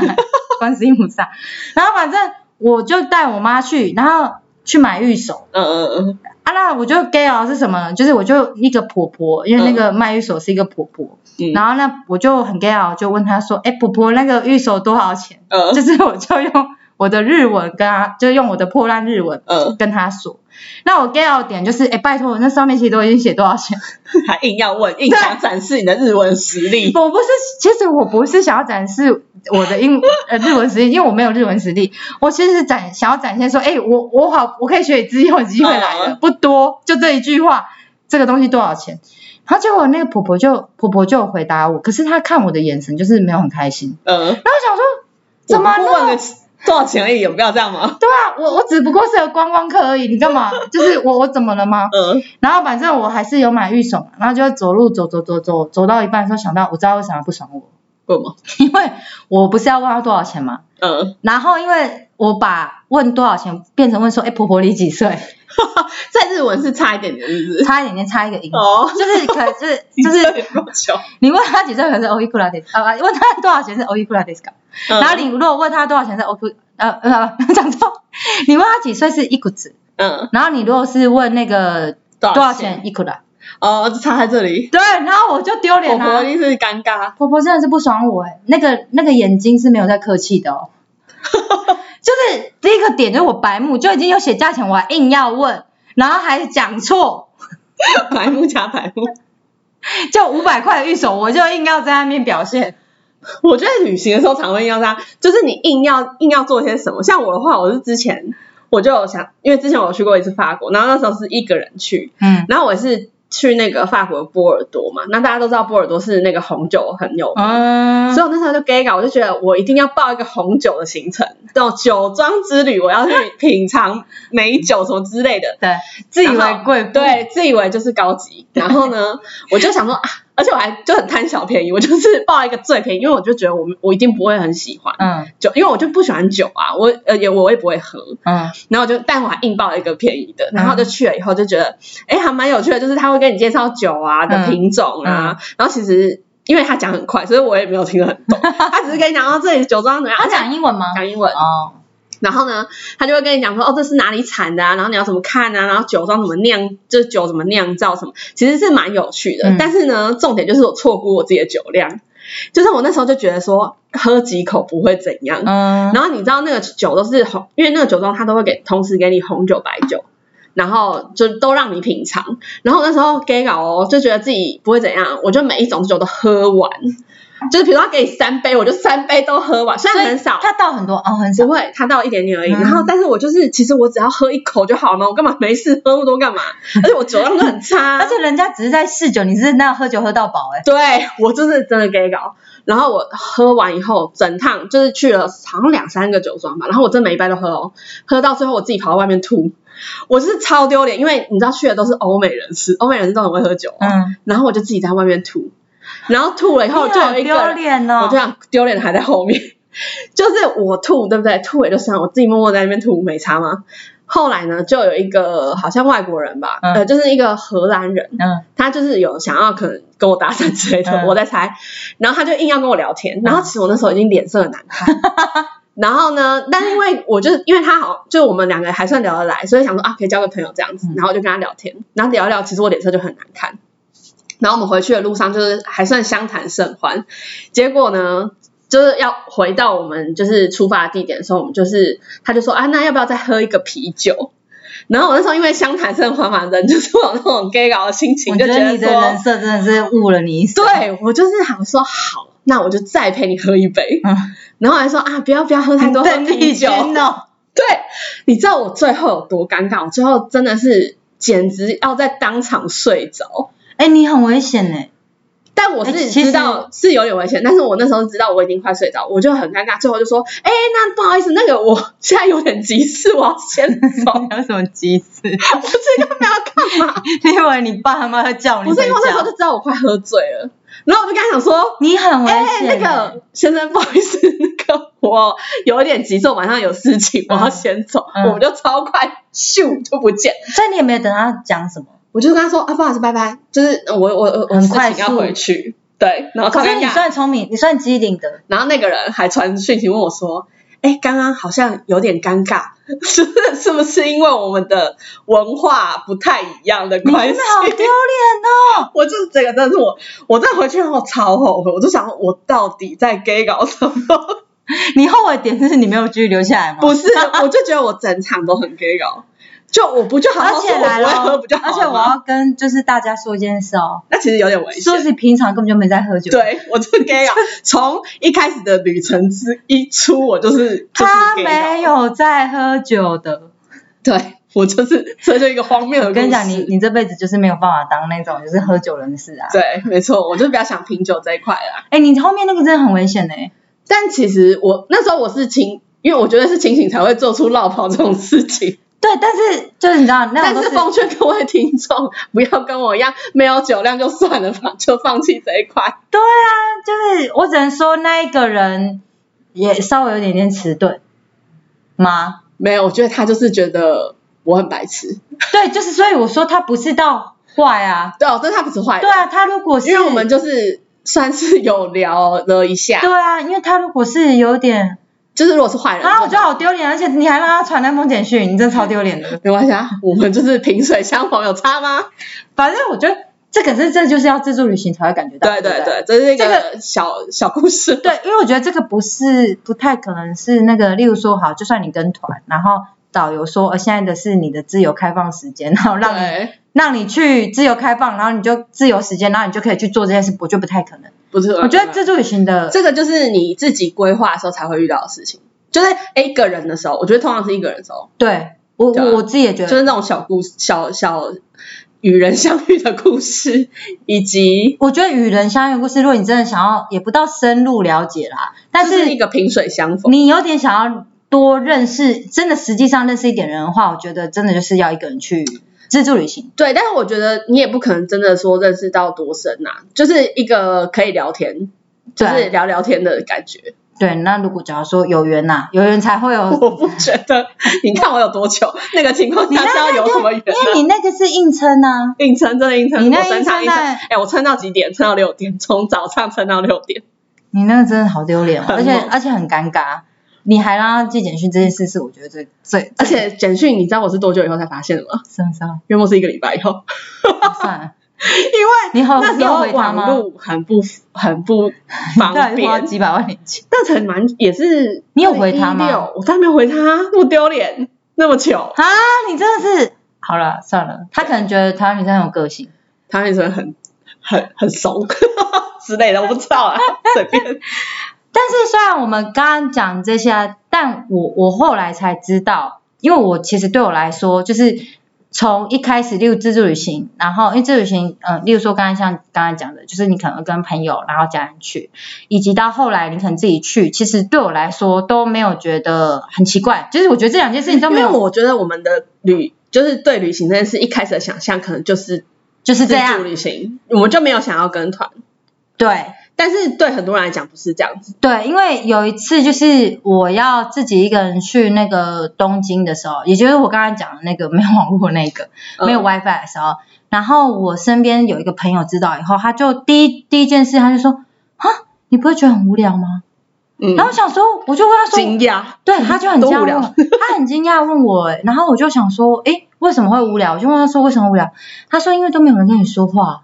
Speaker 1: 观世音菩萨，然后反正我就带我妈去，然后去买玉手。
Speaker 2: 嗯嗯
Speaker 1: 啊，那我就 gay 佬是什么呢？就是我就一个婆婆，因为那个卖玉手是一个婆婆，
Speaker 2: 嗯
Speaker 1: 然后那我就很 gay 佬，就问她说，哎，婆婆那个玉手多少钱？
Speaker 2: 嗯
Speaker 1: 就
Speaker 2: 嗯
Speaker 1: 是我就用我的日文跟她，就用我的破烂日文
Speaker 2: 嗯，
Speaker 1: 跟她说。那我 gay 佬的点就是，哎，拜托，那上面其实都已经写多少钱，
Speaker 2: 还硬要问，硬想展示你的日文实力，
Speaker 1: 我不是，其实我不是想要展示我的英 呃日文实力，因为我没有日文实力。我其实是展想要展现说，哎、我我好，我可以学以致用，有机会来了，
Speaker 2: 嗯
Speaker 1: 不多，就这一句话，这个东西多少钱？然后结果那个婆婆就婆婆就有回答我，可是她看我的眼神就是没有很开心。
Speaker 2: 嗯，
Speaker 1: 然后我想说，怎么
Speaker 2: 我不
Speaker 1: 那
Speaker 2: 过
Speaker 1: 么
Speaker 2: 问个多少钱而已，有必要这样吗？
Speaker 1: 对啊？我我只不过是个观光客而已，你干嘛？就是我我怎么了吗？
Speaker 2: 嗯
Speaker 1: 然后反正我还是有买玉手嘛，然后就走路走走走走走到一半的时候想到，我知道为什么不爽我。
Speaker 2: 为什么？
Speaker 1: 因为我不是要问他多少钱嘛，
Speaker 2: 嗯，
Speaker 1: 然后因为我把问多少钱变成问说，哎，婆婆你几岁？
Speaker 2: 在日文是差一点点，是不是？
Speaker 1: 差一点点差一个音，
Speaker 2: 哦，
Speaker 1: 就是可就是就是
Speaker 2: 多久？
Speaker 1: 你问他几岁可能是 o i k u r a d e s 啊，问他多少钱是 o i k u r a d e s
Speaker 2: 嗯
Speaker 1: 然后你如果问他多少钱是 o k 呃呃 讲错，你问他几岁是 i k u
Speaker 2: 嗯，
Speaker 1: 然后你如果是问那个
Speaker 2: 多
Speaker 1: 多少
Speaker 2: 少
Speaker 1: 钱？i k u r a
Speaker 2: 哦，就差在这里。
Speaker 1: 对，然后我就丢
Speaker 2: 我
Speaker 1: 脸
Speaker 2: 婆婆
Speaker 1: 了。
Speaker 2: 一定是尴尬，
Speaker 1: 婆婆真的是不爽我哎、那个那个眼睛是没有在客气的哦，就是第一个点就是我白目，就已经有写价钱，我还硬要问，然后还讲错，
Speaker 2: 白目加白目。
Speaker 1: 就五百块的预手，我就硬要在那边表现，
Speaker 2: 我觉得旅行的时候常会要这样，就是你硬要硬要做些什么。像我的话，我是之前我就有想，因为之前我有去过一次法国，然后那时候是一个人去，
Speaker 1: 嗯
Speaker 2: 然后我是去那个法国的波尔多嘛，那大家都知道波尔多是那个红酒很有名。
Speaker 1: 嗯，
Speaker 2: 所以我那时候就 gay 搞，我就觉得我一定要报一个红酒的行程，这种酒庄之旅，我要去品尝美酒什么之类的，
Speaker 1: 对，自以
Speaker 2: 然
Speaker 1: 为
Speaker 2: 后
Speaker 1: 贵，，
Speaker 2: 对，自以为就是高级。然后呢， 我就想说，啊，而且我还就很贪小便宜，我就是报一个最便宜，因为我就觉得我我一定不会很喜欢
Speaker 1: 嗯
Speaker 2: 酒，因为我就不喜欢酒啊，我呃也我也不会喝。
Speaker 1: 嗯
Speaker 2: 然后我就，但我还硬报了一个便宜的，然后就去了以后就觉得，哎、还蛮有趣的，就是他会跟你介绍酒
Speaker 1: 嗯
Speaker 2: 啊的品种啊，然后其实因为他讲很快，所以我也没有听 得很懂，他只是跟你讲到这里酒庄怎么样，
Speaker 1: 他讲英文吗？
Speaker 2: 讲英文，
Speaker 1: 哦，
Speaker 2: 然后呢，他就会跟你讲说，哦，这是哪里产的啊，然后你要怎么看啊，然后酒庄怎么酿，就是酒怎么酿造什么，其实是蛮有趣的。
Speaker 1: 嗯
Speaker 2: 但是呢，重点就是我错估我自己的酒量，就是我那时候就觉得说，喝几口不会怎样。
Speaker 1: 嗯，
Speaker 2: 然后你知道那个酒都是红，因为那个酒庄它都会给同时给你红酒、白酒，然后就都让你品尝。然后那时候 gay 搞哦，就觉得自己不会怎样，我就每一种酒都喝完，就是比如说他给你三杯，我就三杯都喝完，虽然很少。
Speaker 1: 他倒很多哦，很少
Speaker 2: 不，会，它倒一点点而已。
Speaker 1: 嗯
Speaker 2: 然后，但是我就是，其实我只要喝一口就好嘛，我干嘛没事喝那么多 干嘛？而且我酒量都很差，
Speaker 1: 而且人家只是在试酒，你是那喝酒喝到饱哎，
Speaker 2: 对我就是真的 gay 搞。然后我喝完以后，整趟就是去了好像两三个酒庄吧，然后我真每一杯都喝哦，喝到最后我自己跑到外面吐，我就是超丢脸，因为你知道去的都是欧美人士，欧美人士都很会喝酒哦、
Speaker 1: 嗯，
Speaker 2: 然后我就自己在外面吐，然后吐了以后就有
Speaker 1: 很
Speaker 2: 一个
Speaker 1: 丢
Speaker 2: 人
Speaker 1: 脸哦，
Speaker 2: 我就想丢脸还在后面，就是我吐对不对？吐也就算了，我自己默默在那边吐没差吗？后来呢，就有一个好像外国人吧，
Speaker 1: 嗯
Speaker 2: 呃，就是一个荷兰人，
Speaker 1: 嗯
Speaker 2: 他就是有想要可能跟我搭讪之类的，
Speaker 1: 嗯
Speaker 2: 我在猜，然后他就硬要跟我聊天，然后其实我那时候已经脸色很难看。 然后呢？但是因为我就是因为他好，就我们两个还算聊得来，所以想说啊，可以交个朋友这样子
Speaker 1: 嗯。
Speaker 2: 然后我就跟他聊天，然后聊一聊，其实我脸色就很难看。然后我们回去的路上就是还算相谈甚欢，结果呢，就是要回到我们就是出发地点的时候，我们就是他就说啊，那要不要再喝一个啤酒？然后我那时候因为相谈甚欢嘛，人就是有那种 gay 搞的心情，
Speaker 1: 我
Speaker 2: 就
Speaker 1: 觉
Speaker 2: 觉
Speaker 1: 得
Speaker 2: 得
Speaker 1: 你的人
Speaker 2: 说，
Speaker 1: 设真的是误了你一生。
Speaker 2: 对我就是想说好，那我就再陪你喝一杯。
Speaker 1: 嗯，
Speaker 2: 然后还说啊，不要不要喝太多，喝
Speaker 1: 邓丽
Speaker 2: 啤
Speaker 1: 君
Speaker 2: 酒。
Speaker 1: 哦，
Speaker 2: 对，你知道我最后有多尴尬？我最后真的是简直要在当场睡着。
Speaker 1: 哎，你很危险 呢。
Speaker 2: 但我
Speaker 1: 哎
Speaker 2: 是
Speaker 1: 其实
Speaker 2: 知道是有点危险，但是我那时候知道我已经快睡着，我就很尴尬，最后就说，哎、那不好意思，那个我现在有点急事，我要先 走，我
Speaker 1: 有什么急事？
Speaker 2: 这个没有干嘛，
Speaker 1: 你以为你爸妈会叫你
Speaker 2: 不是因为我那时候
Speaker 1: 回
Speaker 2: 就
Speaker 1: 家
Speaker 2: 知道我快喝醉了，然后我就跟他讲说，
Speaker 1: 你很危
Speaker 2: 哎、
Speaker 1: 险
Speaker 2: 那
Speaker 1: 欸。
Speaker 2: 个先生，不好意思，那个我有点急事，我晚上有事情，我要先走，
Speaker 1: 嗯嗯
Speaker 2: 我们就超快咻就不见，
Speaker 1: 所以你也没有等他讲什么。
Speaker 2: 我就跟他说啊，不好意思，拜拜，就是我我我我
Speaker 1: 很
Speaker 2: 事
Speaker 1: 快
Speaker 2: 情要
Speaker 1: 速
Speaker 2: 回去，对，然后超
Speaker 1: 可是
Speaker 2: 尴
Speaker 1: 你
Speaker 2: 尬
Speaker 1: 算聪明，你算机灵的。
Speaker 2: 然后那个人还传讯息问我说：“哎，刚刚好像有点尴尬， 是不是是不是因为我们的文化不太一样的
Speaker 1: 你
Speaker 2: 关
Speaker 1: 真
Speaker 2: 系
Speaker 1: 的好丢脸哦！？”
Speaker 2: 我就是这个，真的是我，我再回去后超后悔，我就想说我到底在 gay 搞什 么？
Speaker 1: 你后悔点是你没有继续留下来吗？
Speaker 2: 不是，我就觉得我整场都很 gay 搞，就我不就好好
Speaker 1: 而且
Speaker 2: 说我
Speaker 1: 来
Speaker 2: 不会喝
Speaker 1: 了
Speaker 2: 不就，好
Speaker 1: 而且我
Speaker 2: 吗
Speaker 1: 要跟就是大家说一件事哦，
Speaker 2: 那其实有点危
Speaker 1: 苏
Speaker 2: 险。
Speaker 1: 西平常根本就没在喝酒，，
Speaker 2: 对，我就 gay
Speaker 1: 啊
Speaker 2: 搞， 从一开始的旅程之一出，我就是
Speaker 1: 他
Speaker 2: 就是 gay 搞
Speaker 1: 没有在喝酒的。
Speaker 2: 对我就是，这就一个荒谬的
Speaker 1: 我
Speaker 2: 故事。
Speaker 1: 跟你讲，你你这辈子就是没有办法当那种就是喝酒人士啊。
Speaker 2: 对，没错，我就比较想品酒这一块啦。
Speaker 1: 哎，你后面那个真的很危险哎，
Speaker 2: 但其实我那时候我是清，因为我觉得是清醒才会做出落跑这种事情。
Speaker 1: 对，但是就是你知道那
Speaker 2: 但
Speaker 1: 种都
Speaker 2: 是
Speaker 1: 是
Speaker 2: 奉劝各位听众，不要跟我一样没有酒量就算了吧，就放弃这一块。
Speaker 1: 对啊，就是我只能说那一个人也稍微有点点迟钝吗？
Speaker 2: 没有，我觉得他就是觉得我很白痴。
Speaker 1: 对，就是所以我说他不是到坏啊，
Speaker 2: 对哦，这他不是坏人，
Speaker 1: 对啊，他如果是
Speaker 2: 因为我们就是算是有聊了一下，
Speaker 1: 对啊，因为他如果是有点
Speaker 2: 就是如果是坏人，
Speaker 1: 啊，我觉得好丢脸，而且你还让他传那封简讯，你真的超丢脸 的。
Speaker 2: 没关系啊，我们就是萍水相逢，有差吗？
Speaker 1: 反正我觉得这可是这就是要自助旅行才会感觉到，
Speaker 2: 对
Speaker 1: 对
Speaker 2: 对
Speaker 1: 不
Speaker 2: 对，这是一
Speaker 1: 这
Speaker 2: 个小小故事。
Speaker 1: 对，因为我觉得这个不是不太可能是那个，例如说好，就算你跟团，然后导游说，呃，现在的是你的自由开放时间，然后让你
Speaker 2: 对，
Speaker 1: 让你去自由开放，然后你就自由时间，然后你就可以去做这件事，我觉得不太可能。
Speaker 2: 不是，
Speaker 1: 我觉得自助旅行的
Speaker 2: 这个就是你自己规划的时候才会遇到的事情，就是诶一个人的时候，我觉得通常是一个人的时候，
Speaker 1: 对我
Speaker 2: 对啊
Speaker 1: 我我自己也觉
Speaker 2: 就
Speaker 1: 得，
Speaker 2: 是那种小故小小与人相遇的故事，以及
Speaker 1: 我觉得与人相遇的故事，如果你真的想要，也不到深入了解啦，但
Speaker 2: 就是一
Speaker 1: 是
Speaker 2: 个萍水相逢。
Speaker 1: 你有点想要多认识，真的实际上认识一点人的话，我觉得真的就是要一个人去自助旅行。
Speaker 2: 对，但是我觉得你也不可能真的说认识到多深呐、就是一个可以聊天，就是
Speaker 1: 对
Speaker 2: 聊聊天的感觉。
Speaker 1: 对，那如果假如说有缘呐、有缘才会 有。
Speaker 2: 我不觉得，你看我有多糗，那个情况
Speaker 1: 你
Speaker 2: 下是要
Speaker 1: 那
Speaker 2: 有什么
Speaker 1: 个，因
Speaker 2: 缘
Speaker 1: 为你那个是啊硬撑呐、
Speaker 2: 硬撑，真的硬撑，
Speaker 1: 你那
Speaker 2: 我整场
Speaker 1: 硬
Speaker 2: 硬
Speaker 1: 撑
Speaker 2: 撑，
Speaker 1: 在
Speaker 2: 哎、我撑到几点？撑到六点，从早上撑到六点。
Speaker 1: 你那个真的好丢脸、哦，
Speaker 2: 很
Speaker 1: 而 且
Speaker 2: 猛
Speaker 1: 而且很尴尬。你还让他寄简讯这件事，是我觉得最最
Speaker 2: 而且简讯，你知道我是多久以后才发现的吗？
Speaker 1: 算了算了
Speaker 2: 约莫是一个礼拜以后，
Speaker 1: 算 了，
Speaker 2: 因为
Speaker 1: 你好，
Speaker 2: 那
Speaker 1: 你
Speaker 2: 时
Speaker 1: 有
Speaker 2: 候
Speaker 1: 回他
Speaker 2: 网
Speaker 1: 吗？
Speaker 2: 络很不很不方
Speaker 1: 到底花
Speaker 2: 便，
Speaker 1: 几百万年前？
Speaker 2: 那才蛮也是。
Speaker 1: 你有回他吗？
Speaker 2: 我当然没有回他，那么丢脸，那么糗。
Speaker 1: 啊，你真的是好了，算了，他可能觉得台湾女生很有个性，
Speaker 2: 他那时候很很很怂 之类的，我不知道啊，随便。
Speaker 1: 但是虽然我们刚刚讲这些啊，但我我后来才知道，因为我其实对我来说，就是从一开始，例如自助旅行，然后因为自助旅行，嗯、例如说刚刚像刚刚讲的，就是你可能跟朋友，然后家人去，以及到后来你可能自己去，其实对我来说都没有觉得很奇怪，就是我觉得这两件事情都
Speaker 2: 因
Speaker 1: 没
Speaker 2: 为
Speaker 1: 有，
Speaker 2: 我觉得我们的旅就是对旅行这件事一开始的想象，可能就是
Speaker 1: 就是
Speaker 2: 自
Speaker 1: 这
Speaker 2: 助
Speaker 1: 样，
Speaker 2: 旅行，我们就没有想要跟团。
Speaker 1: 对。
Speaker 2: 但是对很多人来讲不是这样子，
Speaker 1: 对，因为有一次就是我要自己一个人去那个东京的时候，也就是我刚才讲的那个没有网络的那个
Speaker 2: 嗯
Speaker 1: 没有 WiFi 的时候，然后我身边有一个朋友知道以后，他就第一第一件事他就说啊，你不会觉得很无聊吗？
Speaker 2: 嗯
Speaker 1: 然后我想说，我就问他说，
Speaker 2: 惊讶，
Speaker 1: 对，他就很惊讶
Speaker 2: 多无
Speaker 1: 问
Speaker 2: 聊
Speaker 1: 我， 他很惊讶问我，然后我就想说，诶，为什么会无聊？我就问他说为什么无聊？他说因为都没有人跟你说话。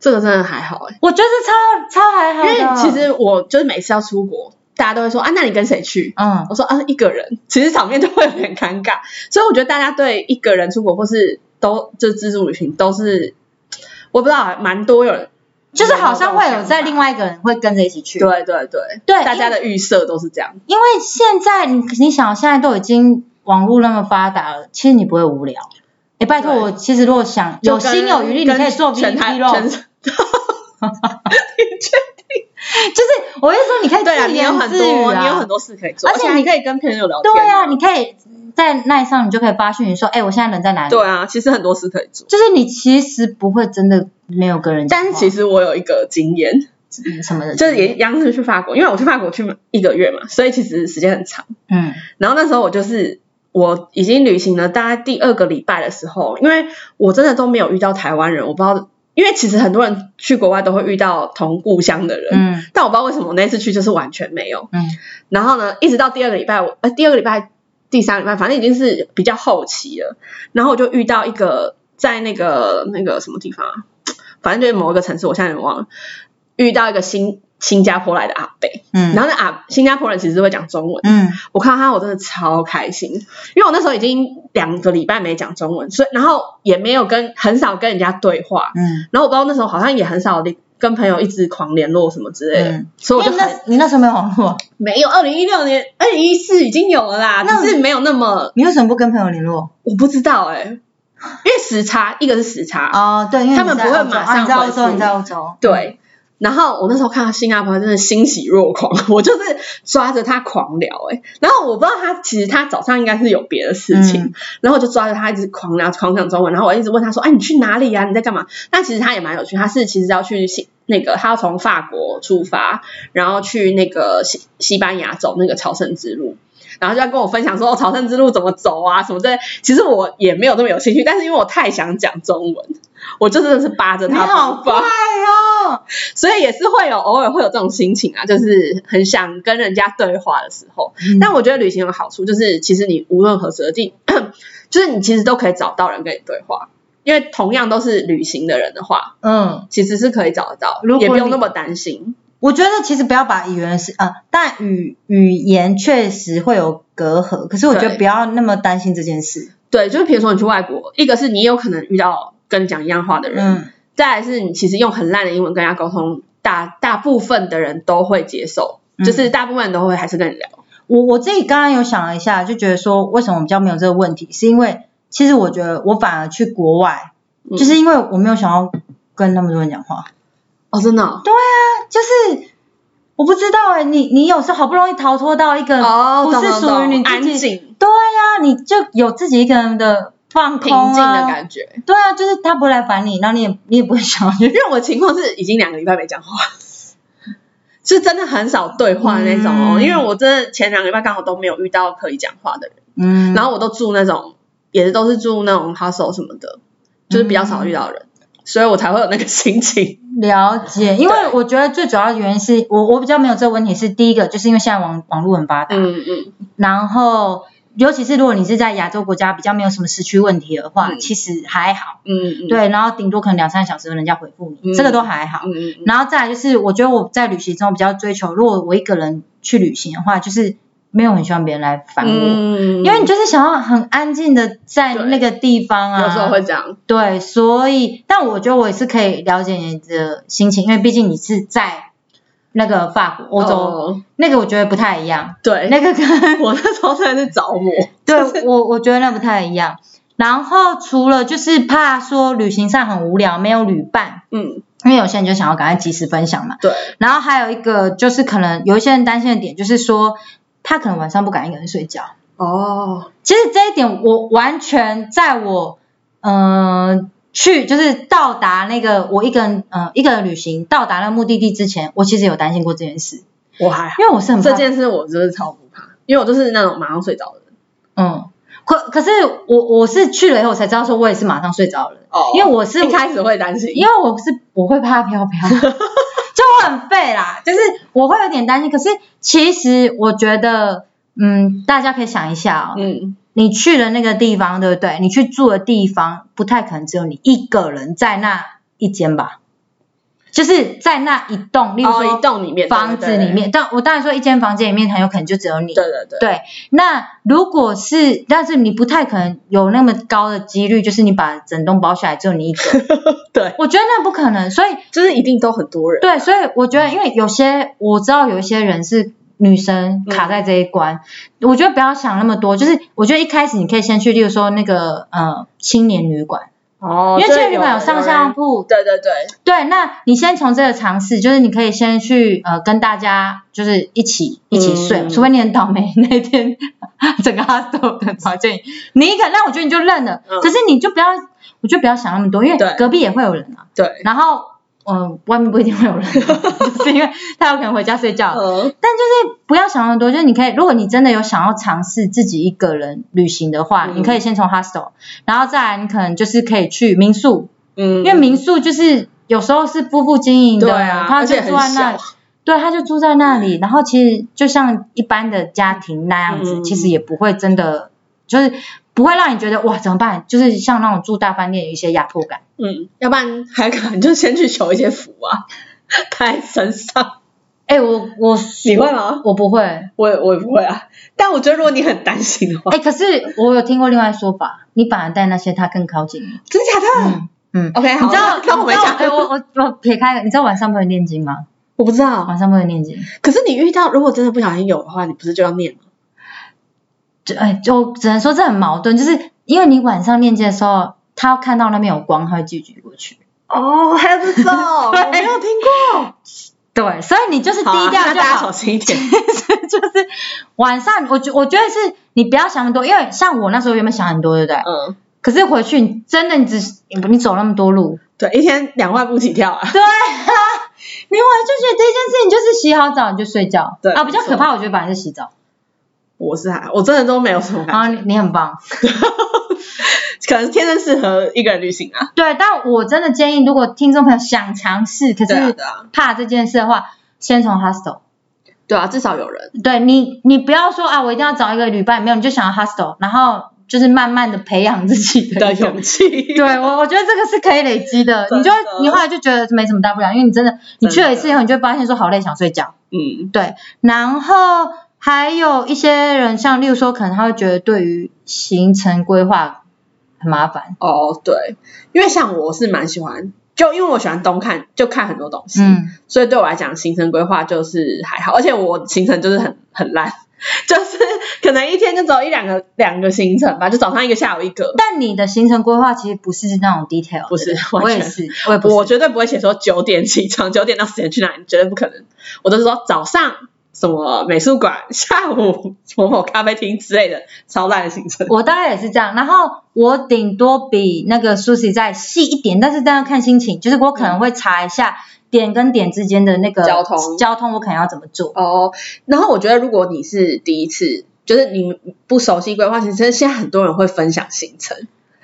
Speaker 2: 这个真的还好哎、
Speaker 1: 我觉得是超超还好
Speaker 2: 因
Speaker 1: 的，
Speaker 2: 为其实我就是每次要出国，大家都会说啊，那你跟谁去？
Speaker 1: 嗯
Speaker 2: 我说啊，一个人，其实场面就会有点尴尬，所以我觉得大家对一个人出国或是都就自助旅行都是，我不知道，蛮多有人
Speaker 1: 就是好像会有在另
Speaker 2: 外
Speaker 1: 外一个人会跟着一起去，
Speaker 2: 对对对
Speaker 1: 对
Speaker 2: 大家的预设都是这样，
Speaker 1: 因为现在你你想，现在都已经网络那么发达了，其实你不会无聊。哎，拜托
Speaker 2: 对
Speaker 1: 我，其实如果想有
Speaker 2: 就
Speaker 1: 心
Speaker 2: 跟
Speaker 1: 有余力，你
Speaker 2: 跟
Speaker 1: 可以做 V
Speaker 2: 全台
Speaker 1: P 咯。
Speaker 2: 全
Speaker 1: 就是我是说，你可以
Speaker 2: 对啊，
Speaker 1: 自
Speaker 2: 你
Speaker 1: 言
Speaker 2: 有很
Speaker 1: 自语
Speaker 2: 多，你有
Speaker 1: 啊
Speaker 2: 很。多事可以做，
Speaker 1: 而且
Speaker 2: 你
Speaker 1: 你
Speaker 2: 可以跟朋友聊天。
Speaker 1: 对啊，你可以在那上，你就可以发讯息说，哎，我现在人在哪里？
Speaker 2: 对啊，其实很多事可以做。
Speaker 1: 就是你其实不会真的没有跟人讲
Speaker 2: 但
Speaker 1: 话，
Speaker 2: 是其实我有一个经验，
Speaker 1: 实什么的，
Speaker 2: 就是也一样是去法国，因为我去法国去一个月嘛，所以其实时间很长。
Speaker 1: 嗯
Speaker 2: 然后那时候我就是我已经旅行了大概第二个礼拜的时候，因为我真的都没有遇到台湾人，我不知道，因为其实很多人去国外都会遇到同故乡的人，
Speaker 1: 嗯
Speaker 2: 但我不知道为什么我那次去就是完全没有。
Speaker 1: 嗯
Speaker 2: 然后呢，一直到第二个礼拜，我呃第二个礼拜、第三个礼拜，反正已经是比较后期了。然后我就遇到一个在那个那个什么地方啊，反正就是某一个城市，我现在有点忘了，遇到一个新新加坡来的阿北，
Speaker 1: 嗯，
Speaker 2: 然后那阿新加坡人其实会讲中文，
Speaker 1: 嗯
Speaker 2: 我看到他我真的超开心，因为我那时候已经两个礼拜没讲中文，所以然后也没有跟很少跟人家对话，
Speaker 1: 嗯，
Speaker 2: 然后我不知道那时候好像也很少跟朋友一直狂联络什么之类的，
Speaker 1: 嗯
Speaker 2: 所以我
Speaker 1: 因
Speaker 2: 就
Speaker 1: 为
Speaker 2: 很
Speaker 1: 那你那时候没有网络，
Speaker 2: 没有，二零一六年、二零一四已经有了啦，
Speaker 1: 那
Speaker 2: 只是没有那么，
Speaker 1: 你为什么不跟朋友联络？
Speaker 2: 我不知道哎、因为时差，一个是时差，
Speaker 1: 哦，对，因为
Speaker 2: 他们
Speaker 1: 你在
Speaker 2: 不会
Speaker 1: 澳洲
Speaker 2: 马
Speaker 1: 啊
Speaker 2: 上
Speaker 1: 你在澳
Speaker 2: 回
Speaker 1: 洲，
Speaker 2: 复
Speaker 1: 你在澳洲，
Speaker 2: 对。然后我那时候看到新加坡真的欣喜若狂， 我就是抓着他狂聊哎、然后我不知道他其实他早上应该是有别的事情，
Speaker 1: 嗯
Speaker 2: 然后我就抓着他一直狂聊狂讲中文，然后我一直问他说，哎、你去哪里呀、你在干嘛？那其实他也蛮有趣，他是其实要去西那个他要从法国出发，然后去那个西西班牙走那个朝圣之路，然后就要跟我分享说、哦、朝圣之路怎么走啊什么之类的。其实我也没有那么有兴趣，但是因为我太想讲中文，我就真的是扒着
Speaker 1: 你
Speaker 2: 他
Speaker 1: 好
Speaker 2: 不
Speaker 1: 快
Speaker 2: 放。
Speaker 1: 哦，
Speaker 2: 所以也是会有偶尔会有这种心情啊，就是很想跟人家对话的时候。
Speaker 1: 嗯
Speaker 2: 但我觉得旅行有好处，就是其实你无论何时何地， 就是你其实都可以找到人跟你对话，因为同样都是旅行的人的话，
Speaker 1: 嗯，
Speaker 2: 其实是可以找得到
Speaker 1: 如，果
Speaker 2: 也不
Speaker 1: 你
Speaker 2: 用那么担心。
Speaker 1: 我觉得其实不要把语言是呃，但语语言确实会有隔阂，可是我觉得
Speaker 2: 对
Speaker 1: 不要那么担心这件事。
Speaker 2: 对，就是比如说你去外国，一个是你有可能遇到跟你讲一样话的人，
Speaker 1: 嗯
Speaker 2: 再来是你其实用很烂的英文跟人家沟通，大大部分的人都会接受，
Speaker 1: 嗯
Speaker 2: 就是大部分人都会还是跟你聊。
Speaker 1: 我我自己刚刚有想了一下，就觉得说为什么我比较没有这个问题，是因为其实我觉得我反而去国外，
Speaker 2: 嗯
Speaker 1: 就是因为我没有想要跟那么多人讲话，
Speaker 2: 哦，真的哦，
Speaker 1: 就是我不知道哎、你你有时候好不容易逃脱到一个
Speaker 2: 哦
Speaker 1: 不
Speaker 2: 懂
Speaker 1: 是
Speaker 2: 懂
Speaker 1: 属于
Speaker 2: 懂
Speaker 1: 你自
Speaker 2: 安
Speaker 1: 己，
Speaker 2: 静。
Speaker 1: 对呀、你就有自己一个人的放空、啊、
Speaker 2: 平静的感觉。
Speaker 1: 对啊，就是他不会来烦你，然后你也你也不会想要
Speaker 2: 因
Speaker 1: 去
Speaker 2: 为我的情况是已经两个礼拜没讲话， 是真的很少对话的那种哦。
Speaker 1: 嗯
Speaker 2: 因为我真的前两个礼拜刚好都没有遇到可以讲话的人，
Speaker 1: 嗯，
Speaker 2: 然后我都住那种也是都是住那种 hostel 什么的，就是比较少遇到人，所以我才会有那个心情。
Speaker 1: 了解，因为
Speaker 2: 对
Speaker 1: 我觉得最主要的原因是我我比较没有这个问题是第一个，就是因为现在网网络很发达，
Speaker 2: 嗯嗯，
Speaker 1: 然后尤其是如果你是在亚洲国家比较没有什么时区问题的话，
Speaker 2: 嗯
Speaker 1: 其实还好，
Speaker 2: 嗯嗯，
Speaker 1: 对，然后顶多可能两三小时人家回复你，
Speaker 2: 嗯
Speaker 1: 这个都还好。
Speaker 2: 嗯嗯嗯
Speaker 1: 然后再来就是，我觉得我在旅行中比较追求，如果我一个人去旅行的话，就是没有很喜欢别人来烦我，
Speaker 2: 嗯，
Speaker 1: 因为你就是想要很安静的在
Speaker 2: 对
Speaker 1: 那个地方啊。
Speaker 2: 有时候会这样，
Speaker 1: 对，所以，但我觉得我也是可以了解你的心情，因为毕竟你是在那个法国、欧洲，
Speaker 2: 哦哎
Speaker 1: 那个我觉得不太一样，
Speaker 2: 对，
Speaker 1: 那个跟
Speaker 2: 我那时候真的是着魔，
Speaker 1: 对 我我觉得那不太一样。然后除了就是怕说旅行上很无聊，没有旅伴，
Speaker 2: 嗯，
Speaker 1: 因为有些人就想要赶快及时分享嘛。
Speaker 2: 对，
Speaker 1: 然后还有一个就是可能有一些人担心的点就是说，他可能晚上不敢一个人睡觉。
Speaker 2: 哦，
Speaker 1: 其实这一点我完全在我嗯、呃去就是到达那个我一个人呃一个人旅行到达那个目的地之前，我其实有担心过这件事，
Speaker 2: 我还好，
Speaker 1: 因为我是很怕
Speaker 2: 这件事我真的超不怕，因为我就是那种马上睡着的人，
Speaker 1: 嗯。可可是我我是去了以后我才知道说我也是马上睡着了，
Speaker 2: 哦
Speaker 1: 因为我是
Speaker 2: 一开始会担心，
Speaker 1: 因为我是我会怕飘 飘，就我很废啦，就是我会有点担心。可是其实我觉得，嗯，大家可以想一下哦，
Speaker 2: 嗯，
Speaker 1: 你去的那个地方，对不对？你去住的地方，不太可能只有你一个人在那一间吧？就是在那一栋，例如
Speaker 2: 哦，
Speaker 1: 说
Speaker 2: 一栋里面，
Speaker 1: 房子里面，但我当然说一间房间里面很有可能就只有你。
Speaker 2: 对，对对对对，
Speaker 1: 对，那如果是，但是你不太可能有那么高的几率，就是你把整栋包下来只有你一个，
Speaker 2: 对，
Speaker 1: 我觉得那不可能。所以
Speaker 2: 就是一定都很多人，
Speaker 1: 对，所以我觉得，因为有些我知道有一些人是女
Speaker 2: 嗯
Speaker 1: 生卡在这一关，我觉得不要想那么多，就是我觉得一开始你可以先去，例如说那个呃青年旅馆，
Speaker 2: 哦，
Speaker 1: 因为青
Speaker 2: 这欸
Speaker 1: 年旅馆有上下
Speaker 2: 人
Speaker 1: 铺，
Speaker 2: 对对对，
Speaker 1: 对，那你先从这个尝试，就是你可以先去呃跟大家就是一起一起睡，
Speaker 2: 嗯
Speaker 1: 除非你很倒霉那一天整个 hostel 的房间你一个，那我觉得你就认了。
Speaker 2: 嗯
Speaker 1: 可是你就不要，我就不要想那么多，因
Speaker 2: 对
Speaker 1: 为隔壁也会有人啊。
Speaker 2: 对，
Speaker 1: 然后嗯、呃外面不一定会有人， 就是因为他有可能回家睡觉了。
Speaker 2: 嗯，
Speaker 1: 但就是不要想那么多，就是你可以，如果你真的有想要尝试自己一个人旅行的话，
Speaker 2: 嗯
Speaker 1: 你可以先从 hostel，然后再来你可能就是可以去民宿，
Speaker 2: 嗯，
Speaker 1: 因为民宿就是有时候是夫妇经营的，
Speaker 2: 对啊，
Speaker 1: 他
Speaker 2: 而
Speaker 1: 就
Speaker 2: 且
Speaker 1: 住
Speaker 2: 很
Speaker 1: 在那
Speaker 2: 小
Speaker 1: 里，，对，他就住在那里。然后其实就像一般的家庭那样子，
Speaker 2: 嗯
Speaker 1: 其实也不会真的就是不会让你觉得哇怎么办，就是像那种住大饭店有一些压迫感。
Speaker 2: 嗯，要不然还可能就先去求一些福啊，带在身上，
Speaker 1: 哎，我我
Speaker 2: 你会吗？
Speaker 1: 我不会，哎，
Speaker 2: 我也我也不会啊，但我觉得如果你很担心 的话，
Speaker 1: 可是我有听过另外说法，你反而带那些他更靠近你。
Speaker 2: 真假的
Speaker 1: 嗯嗯，
Speaker 2: ？OK，好，
Speaker 1: 你知道
Speaker 2: 那那我
Speaker 1: 你
Speaker 2: 没
Speaker 1: 知道
Speaker 2: 讲，
Speaker 1: 哎， 我我我撇开了，你知道晚上不能念经吗？
Speaker 2: 我不知道。
Speaker 1: 晚上不能念经，
Speaker 2: 可是你遇到如果真的不小心有的话，你不是就要念吗？
Speaker 1: 就哎，就只能说这很矛盾，就是因为你晚上念经的时候，他看到那边有光，他会拒绝过去。
Speaker 2: 哦，还有这种，我没有听过。
Speaker 1: 对，所以你就是低
Speaker 2: 好啊
Speaker 1: 调就好。
Speaker 2: 那大家小心一点。
Speaker 1: 就是晚上，我觉我觉得是你不要想那么多，因为像我那时候原本想很多，对不对？
Speaker 2: 嗯，
Speaker 1: 可是回去你真的你只你走那么多路，
Speaker 2: 对，一天两万步起跳啊。
Speaker 1: 对啊，你回去觉得第一件事情就是洗好澡你就睡觉，
Speaker 2: 对
Speaker 1: 啊，比较
Speaker 2: 没错
Speaker 1: 可怕，我觉得反而是洗澡。
Speaker 2: 我是啊还，我真的都没有什么
Speaker 1: 啊，
Speaker 2: 感觉，
Speaker 1: 你你很棒。
Speaker 2: 可能天生适合一个人旅行啊。
Speaker 1: 对，但我真的建议，如果听众朋友想尝试，可
Speaker 2: 对啊
Speaker 1: 是
Speaker 2: 对啊
Speaker 1: 怕这件事的话，先从 hostel。
Speaker 2: 对啊，至少有人。
Speaker 1: 对你，你不要说啊，我一定要找一个旅伴，没有，你就想要 hostel，然后就是慢慢的培养自己的
Speaker 2: 的
Speaker 1: 一个
Speaker 2: 啊勇气。
Speaker 1: 对啊我，我觉得这个是可以累积的，你就会
Speaker 2: 真的
Speaker 1: 你后来就觉得没什么大不了，因为你真的你去了一次以后，你就会发现说好累，想睡觉。
Speaker 2: 嗯，
Speaker 1: 对，然后还有一些人，像例如说，可能他会觉得对于行程规划很麻烦，
Speaker 2: 哦，对，因为像我是蛮喜欢，就因为我喜欢东看，就看很多东西，
Speaker 1: 嗯，
Speaker 2: 所以对我来讲，行程规划就是还好，而且我行程就是很很烂， 就是可能一天就走一两个两个行程吧，就早上一个，下午一个。
Speaker 1: 但你的行程规划其实不是那种 detail，的
Speaker 2: 不是
Speaker 1: 对对
Speaker 2: 完
Speaker 1: 我
Speaker 2: 全
Speaker 1: 也是，我也不
Speaker 2: 我
Speaker 1: 是，
Speaker 2: 绝对不会写说九点起床，九点到十点去哪里，绝对不可能。我都是说早上什么美术馆，下午某某咖啡厅之类的，超烂的行程。
Speaker 1: 我大概也是这样。然后我顶多比那个 Susie 再细一点，但是但要看心情，就是我可能会查一下点跟点之间的那个
Speaker 2: 交通
Speaker 1: 交通我可能要怎么做。
Speaker 2: 哦，然后我觉得如果你是第一次，就是你不熟悉规划，其实现在很多人会分享行程，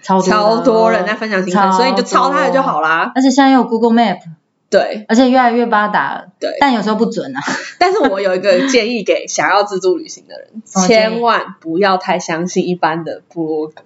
Speaker 1: 超多超
Speaker 2: 超多人在分享行程，所以你就抄他的就好
Speaker 1: 了。
Speaker 2: 啦。
Speaker 1: 而且现在又有 Google Map，
Speaker 2: 对
Speaker 1: 而且越来越发达了，
Speaker 2: 对，
Speaker 1: 但有时候不准啊。
Speaker 2: 但是我有一个建议给想要自助旅行的 人，
Speaker 1: 什么建议
Speaker 2: 千万不要太相信一般的部落格。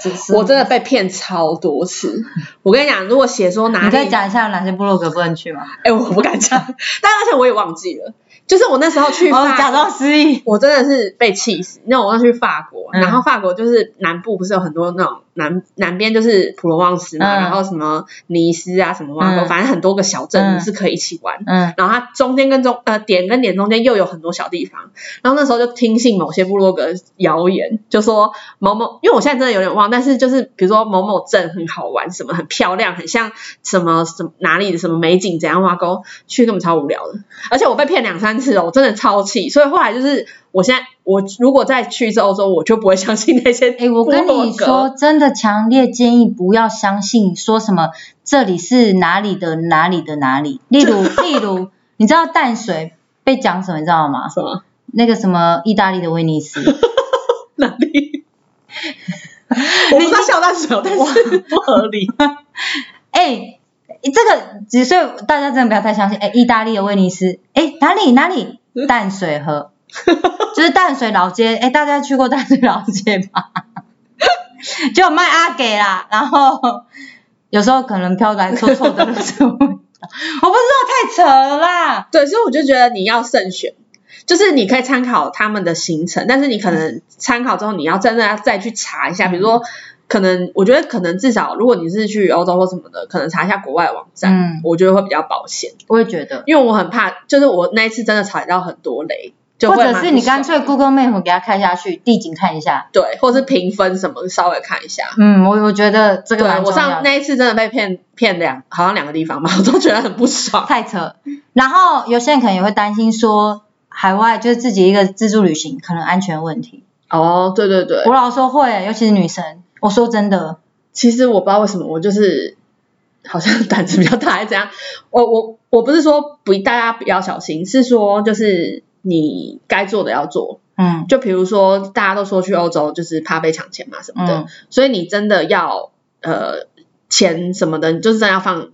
Speaker 1: 只是
Speaker 2: 我真的被骗超多 次。我跟你讲，如果写说哪
Speaker 1: 你
Speaker 2: 里
Speaker 1: 再讲一下有哪些部落格不能去吗？
Speaker 2: 哎、我不 敢讲，但而且我也忘记了，就是我那时候去
Speaker 1: 哦，
Speaker 2: 法
Speaker 1: 假装失忆。
Speaker 2: 我真的是被气死。那我那时候去法国，
Speaker 1: 嗯
Speaker 2: 然后法国就是南部不是有很多那种南南边就是普罗旺斯
Speaker 1: 嗯
Speaker 2: 嘛，然后什么尼斯啊什么哇，
Speaker 1: 嗯
Speaker 2: 反正很多个小镇
Speaker 1: 嗯
Speaker 2: 是可以一起玩。
Speaker 1: 嗯
Speaker 2: 然后它中间跟中呃点跟点中间又有很多小地方，然后那时候就听信某些部落格谣言，就说某某，因为我现在真的有点忘，但是就是比如说某某镇很好玩，什么很漂亮，很像什么什么哪里的什么美景怎样挖沟，去根本超无聊的，而且我被骗两三次哦了，我真的超气，所以后来就是我现在我如果再去一次欧洲，我就不会相信那些
Speaker 1: 哎，我跟
Speaker 2: 部落
Speaker 1: 你
Speaker 2: 格
Speaker 1: 说，，真的强烈建议不要相信说什么这里是哪里的哪里的哪里。例 如，例如，你知道淡水被讲什么，你知道吗？
Speaker 2: 什么
Speaker 1: 那个什么意大利的威尼斯，
Speaker 2: 哪 里。我不知道笑淡水哦，但是不合理。
Speaker 1: 哎、这个只所以大家真的不要太相信。哎、意大利的威尼斯，哎、哪里哪里
Speaker 2: 嗯
Speaker 1: 淡水河， 就是淡水老街。哎、大家去过淡水老街 吧？就有卖阿给啦，然后有时候可能飘来臭臭的垃圾味。我不知道，太扯了啦。
Speaker 2: 对，所以我就觉得你要慎选，就是你可以参考他们的行程，但是你可能参考之后，你要真的要再去查一下，比如说。可能我觉得可能至少，如果你是去欧洲或什么的，可能查一下国外网站，
Speaker 1: 嗯
Speaker 2: 我觉得会比较保险。
Speaker 1: 我也觉得，
Speaker 2: 因为我很怕，就是我那一次真的踩到很多雷，就
Speaker 1: 或
Speaker 2: 会
Speaker 1: 者
Speaker 2: 蛮
Speaker 1: 是你
Speaker 2: 不爽
Speaker 1: 干脆 Google Map 给它看下去，地景看一下。
Speaker 2: 对，或是评分什么稍微看一下。
Speaker 1: 嗯，我我觉得这
Speaker 2: 对
Speaker 1: 个
Speaker 2: 啊
Speaker 1: 蛮
Speaker 2: 我
Speaker 1: 重要
Speaker 2: 上
Speaker 1: 的。
Speaker 2: 那一次真的被骗骗两，好像两个地方吧，我都觉得很不爽。
Speaker 1: 太扯。然后有些人可能也会担心说，海外就是自己一个自助旅行，可能安全问题。
Speaker 2: 哦，对对对，
Speaker 1: 我老实说会，尤其是女生。我说真的，
Speaker 2: 其实我不知道为什么，我就是好像胆子比较大，还是怎样？ 我我我不是说不大家不要小心，是说就是你该做的要做。
Speaker 1: 嗯
Speaker 2: 就比如说大家都说去欧洲就是怕被抢钱嘛什么的，
Speaker 1: 嗯
Speaker 2: 所以你真的要呃钱什么的，你就是真的要放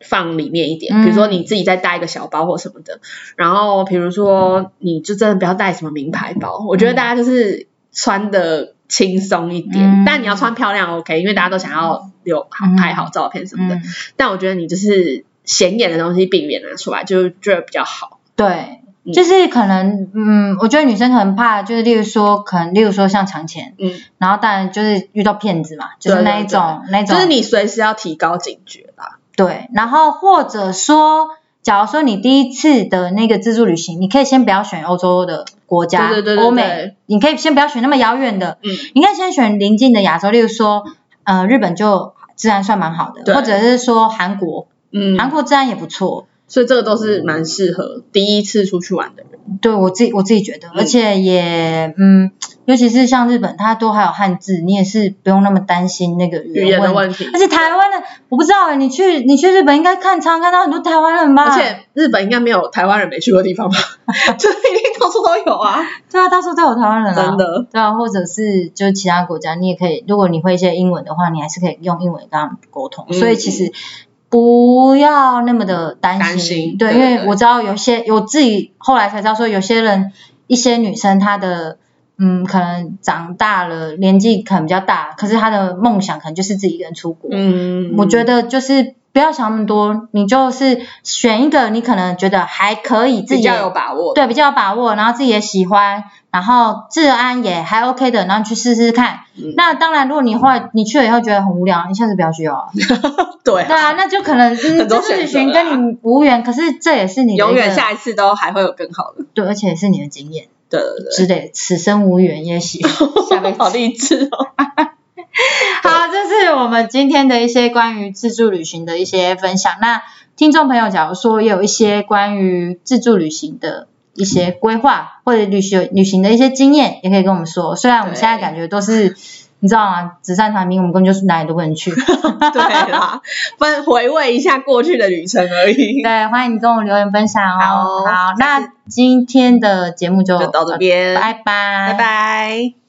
Speaker 2: 放里面一点。
Speaker 1: 嗯
Speaker 2: 比如说你自己再带一个小包或什么的，然后比如说你就真的不要带什么名牌包，我觉得大家就是穿的轻松一点，
Speaker 1: 嗯
Speaker 2: 但你要穿漂亮 OK，因为大家都想要留好
Speaker 1: 嗯
Speaker 2: 拍好照片什么的。
Speaker 1: 嗯，
Speaker 2: 但我觉得你就是显眼的东西避免拿出来，就觉得比较好。
Speaker 1: 对
Speaker 2: 嗯，
Speaker 1: 就是可能，嗯，我觉得女生可能怕，就是例如说，可能例如说像抢钱，
Speaker 2: 嗯，
Speaker 1: 然后当然就是遇到骗子嘛，就是
Speaker 2: 对对
Speaker 1: 那一种那一
Speaker 2: 就
Speaker 1: 种，
Speaker 2: 是你随时要提高警觉啦。
Speaker 1: 对，然后或者说，假如说你第一次的那个自助旅行，你可以先不要选欧洲的国家，
Speaker 2: 对对对对
Speaker 1: 欧
Speaker 2: 对
Speaker 1: 美，你可以先不要选那么遥远的，
Speaker 2: 嗯，
Speaker 1: 你可以先选邻近的亚洲，例如说，呃，日本就治安算蛮好
Speaker 2: 对
Speaker 1: 的，或者是说韩国，
Speaker 2: 嗯，
Speaker 1: 韩国治安也不错，
Speaker 2: 所以这个都是蛮适合第一次出去玩的人。
Speaker 1: 对我自己我自己觉得，
Speaker 2: 嗯
Speaker 1: 而且也嗯，尤其是像日本，它都还有汉字，你也是不用那么担心那个
Speaker 2: 语
Speaker 1: 语
Speaker 2: 言
Speaker 1: 言
Speaker 2: 的
Speaker 1: 问题。
Speaker 2: 问题
Speaker 1: 而，且台湾的，我不知道欸你去你去日本应该看常看到很多台湾人吧？
Speaker 2: 而且日本应该没有台湾人没去过的地 方吧？就是一定到处都有啊，
Speaker 1: 对啊，到处都有台湾人啊。
Speaker 2: 真。的。
Speaker 1: 对啊，或者是就其他国家，你也可以，如果你会一些英文的话，你还是可以用英文跟他们沟通。
Speaker 2: 嗯
Speaker 1: 所以其实不要那么的担心，
Speaker 2: 担心
Speaker 1: 对，
Speaker 2: 对
Speaker 1: 因
Speaker 2: 对
Speaker 1: 为我知道有些我自己后来才知道说，有些人一些女生她的嗯，可能长大了，年纪可能比较大，可是她的梦想可能就是自己一个人出国。
Speaker 2: 嗯
Speaker 1: 我觉得就是不要想那么多，你就是选一个你可能觉得还可以自
Speaker 2: 比
Speaker 1: 己
Speaker 2: 较有把握。
Speaker 1: 对，比较有把握，然后自己也喜欢，然后治安也还 OK 的，然后你去试试看。
Speaker 2: 嗯
Speaker 1: 那当然，如果你后来你去了以后觉得很无聊，你下次不要去 哦。
Speaker 2: 对
Speaker 1: 对
Speaker 2: 啊，
Speaker 1: 啊，那就可能嗯，
Speaker 2: 很多
Speaker 1: 这次旅
Speaker 2: 选
Speaker 1: 行
Speaker 2: 择啦
Speaker 1: 跟你无缘，可是这也是你的
Speaker 2: 永
Speaker 1: 一
Speaker 2: 远
Speaker 1: 个
Speaker 2: 下一次都还会有更好的。
Speaker 1: 对，而且也是你的经验
Speaker 2: 对对对。
Speaker 1: 之类，此生无缘也 许。下辈子
Speaker 2: 好励志哦！
Speaker 1: 好，这是我们今天的一些关于自助旅行的一些分享。那听众朋友，假如说也有一些关于自助旅行的一些规划，或者旅行旅行的一些经验，也可以跟我们说。虽然我们
Speaker 2: 对
Speaker 1: 现在感觉都是，你知道吗？纸上谈兵，我们根本就是哪里都不能去。
Speaker 2: 对啦，分回味一下过去的旅程而 已，
Speaker 1: 对，欢迎你跟我留言分享
Speaker 2: 好
Speaker 1: 哦。好，
Speaker 2: 下次
Speaker 1: 那今天的节目就
Speaker 2: 就到这边，
Speaker 1: 拜拜，拜
Speaker 2: 拜拜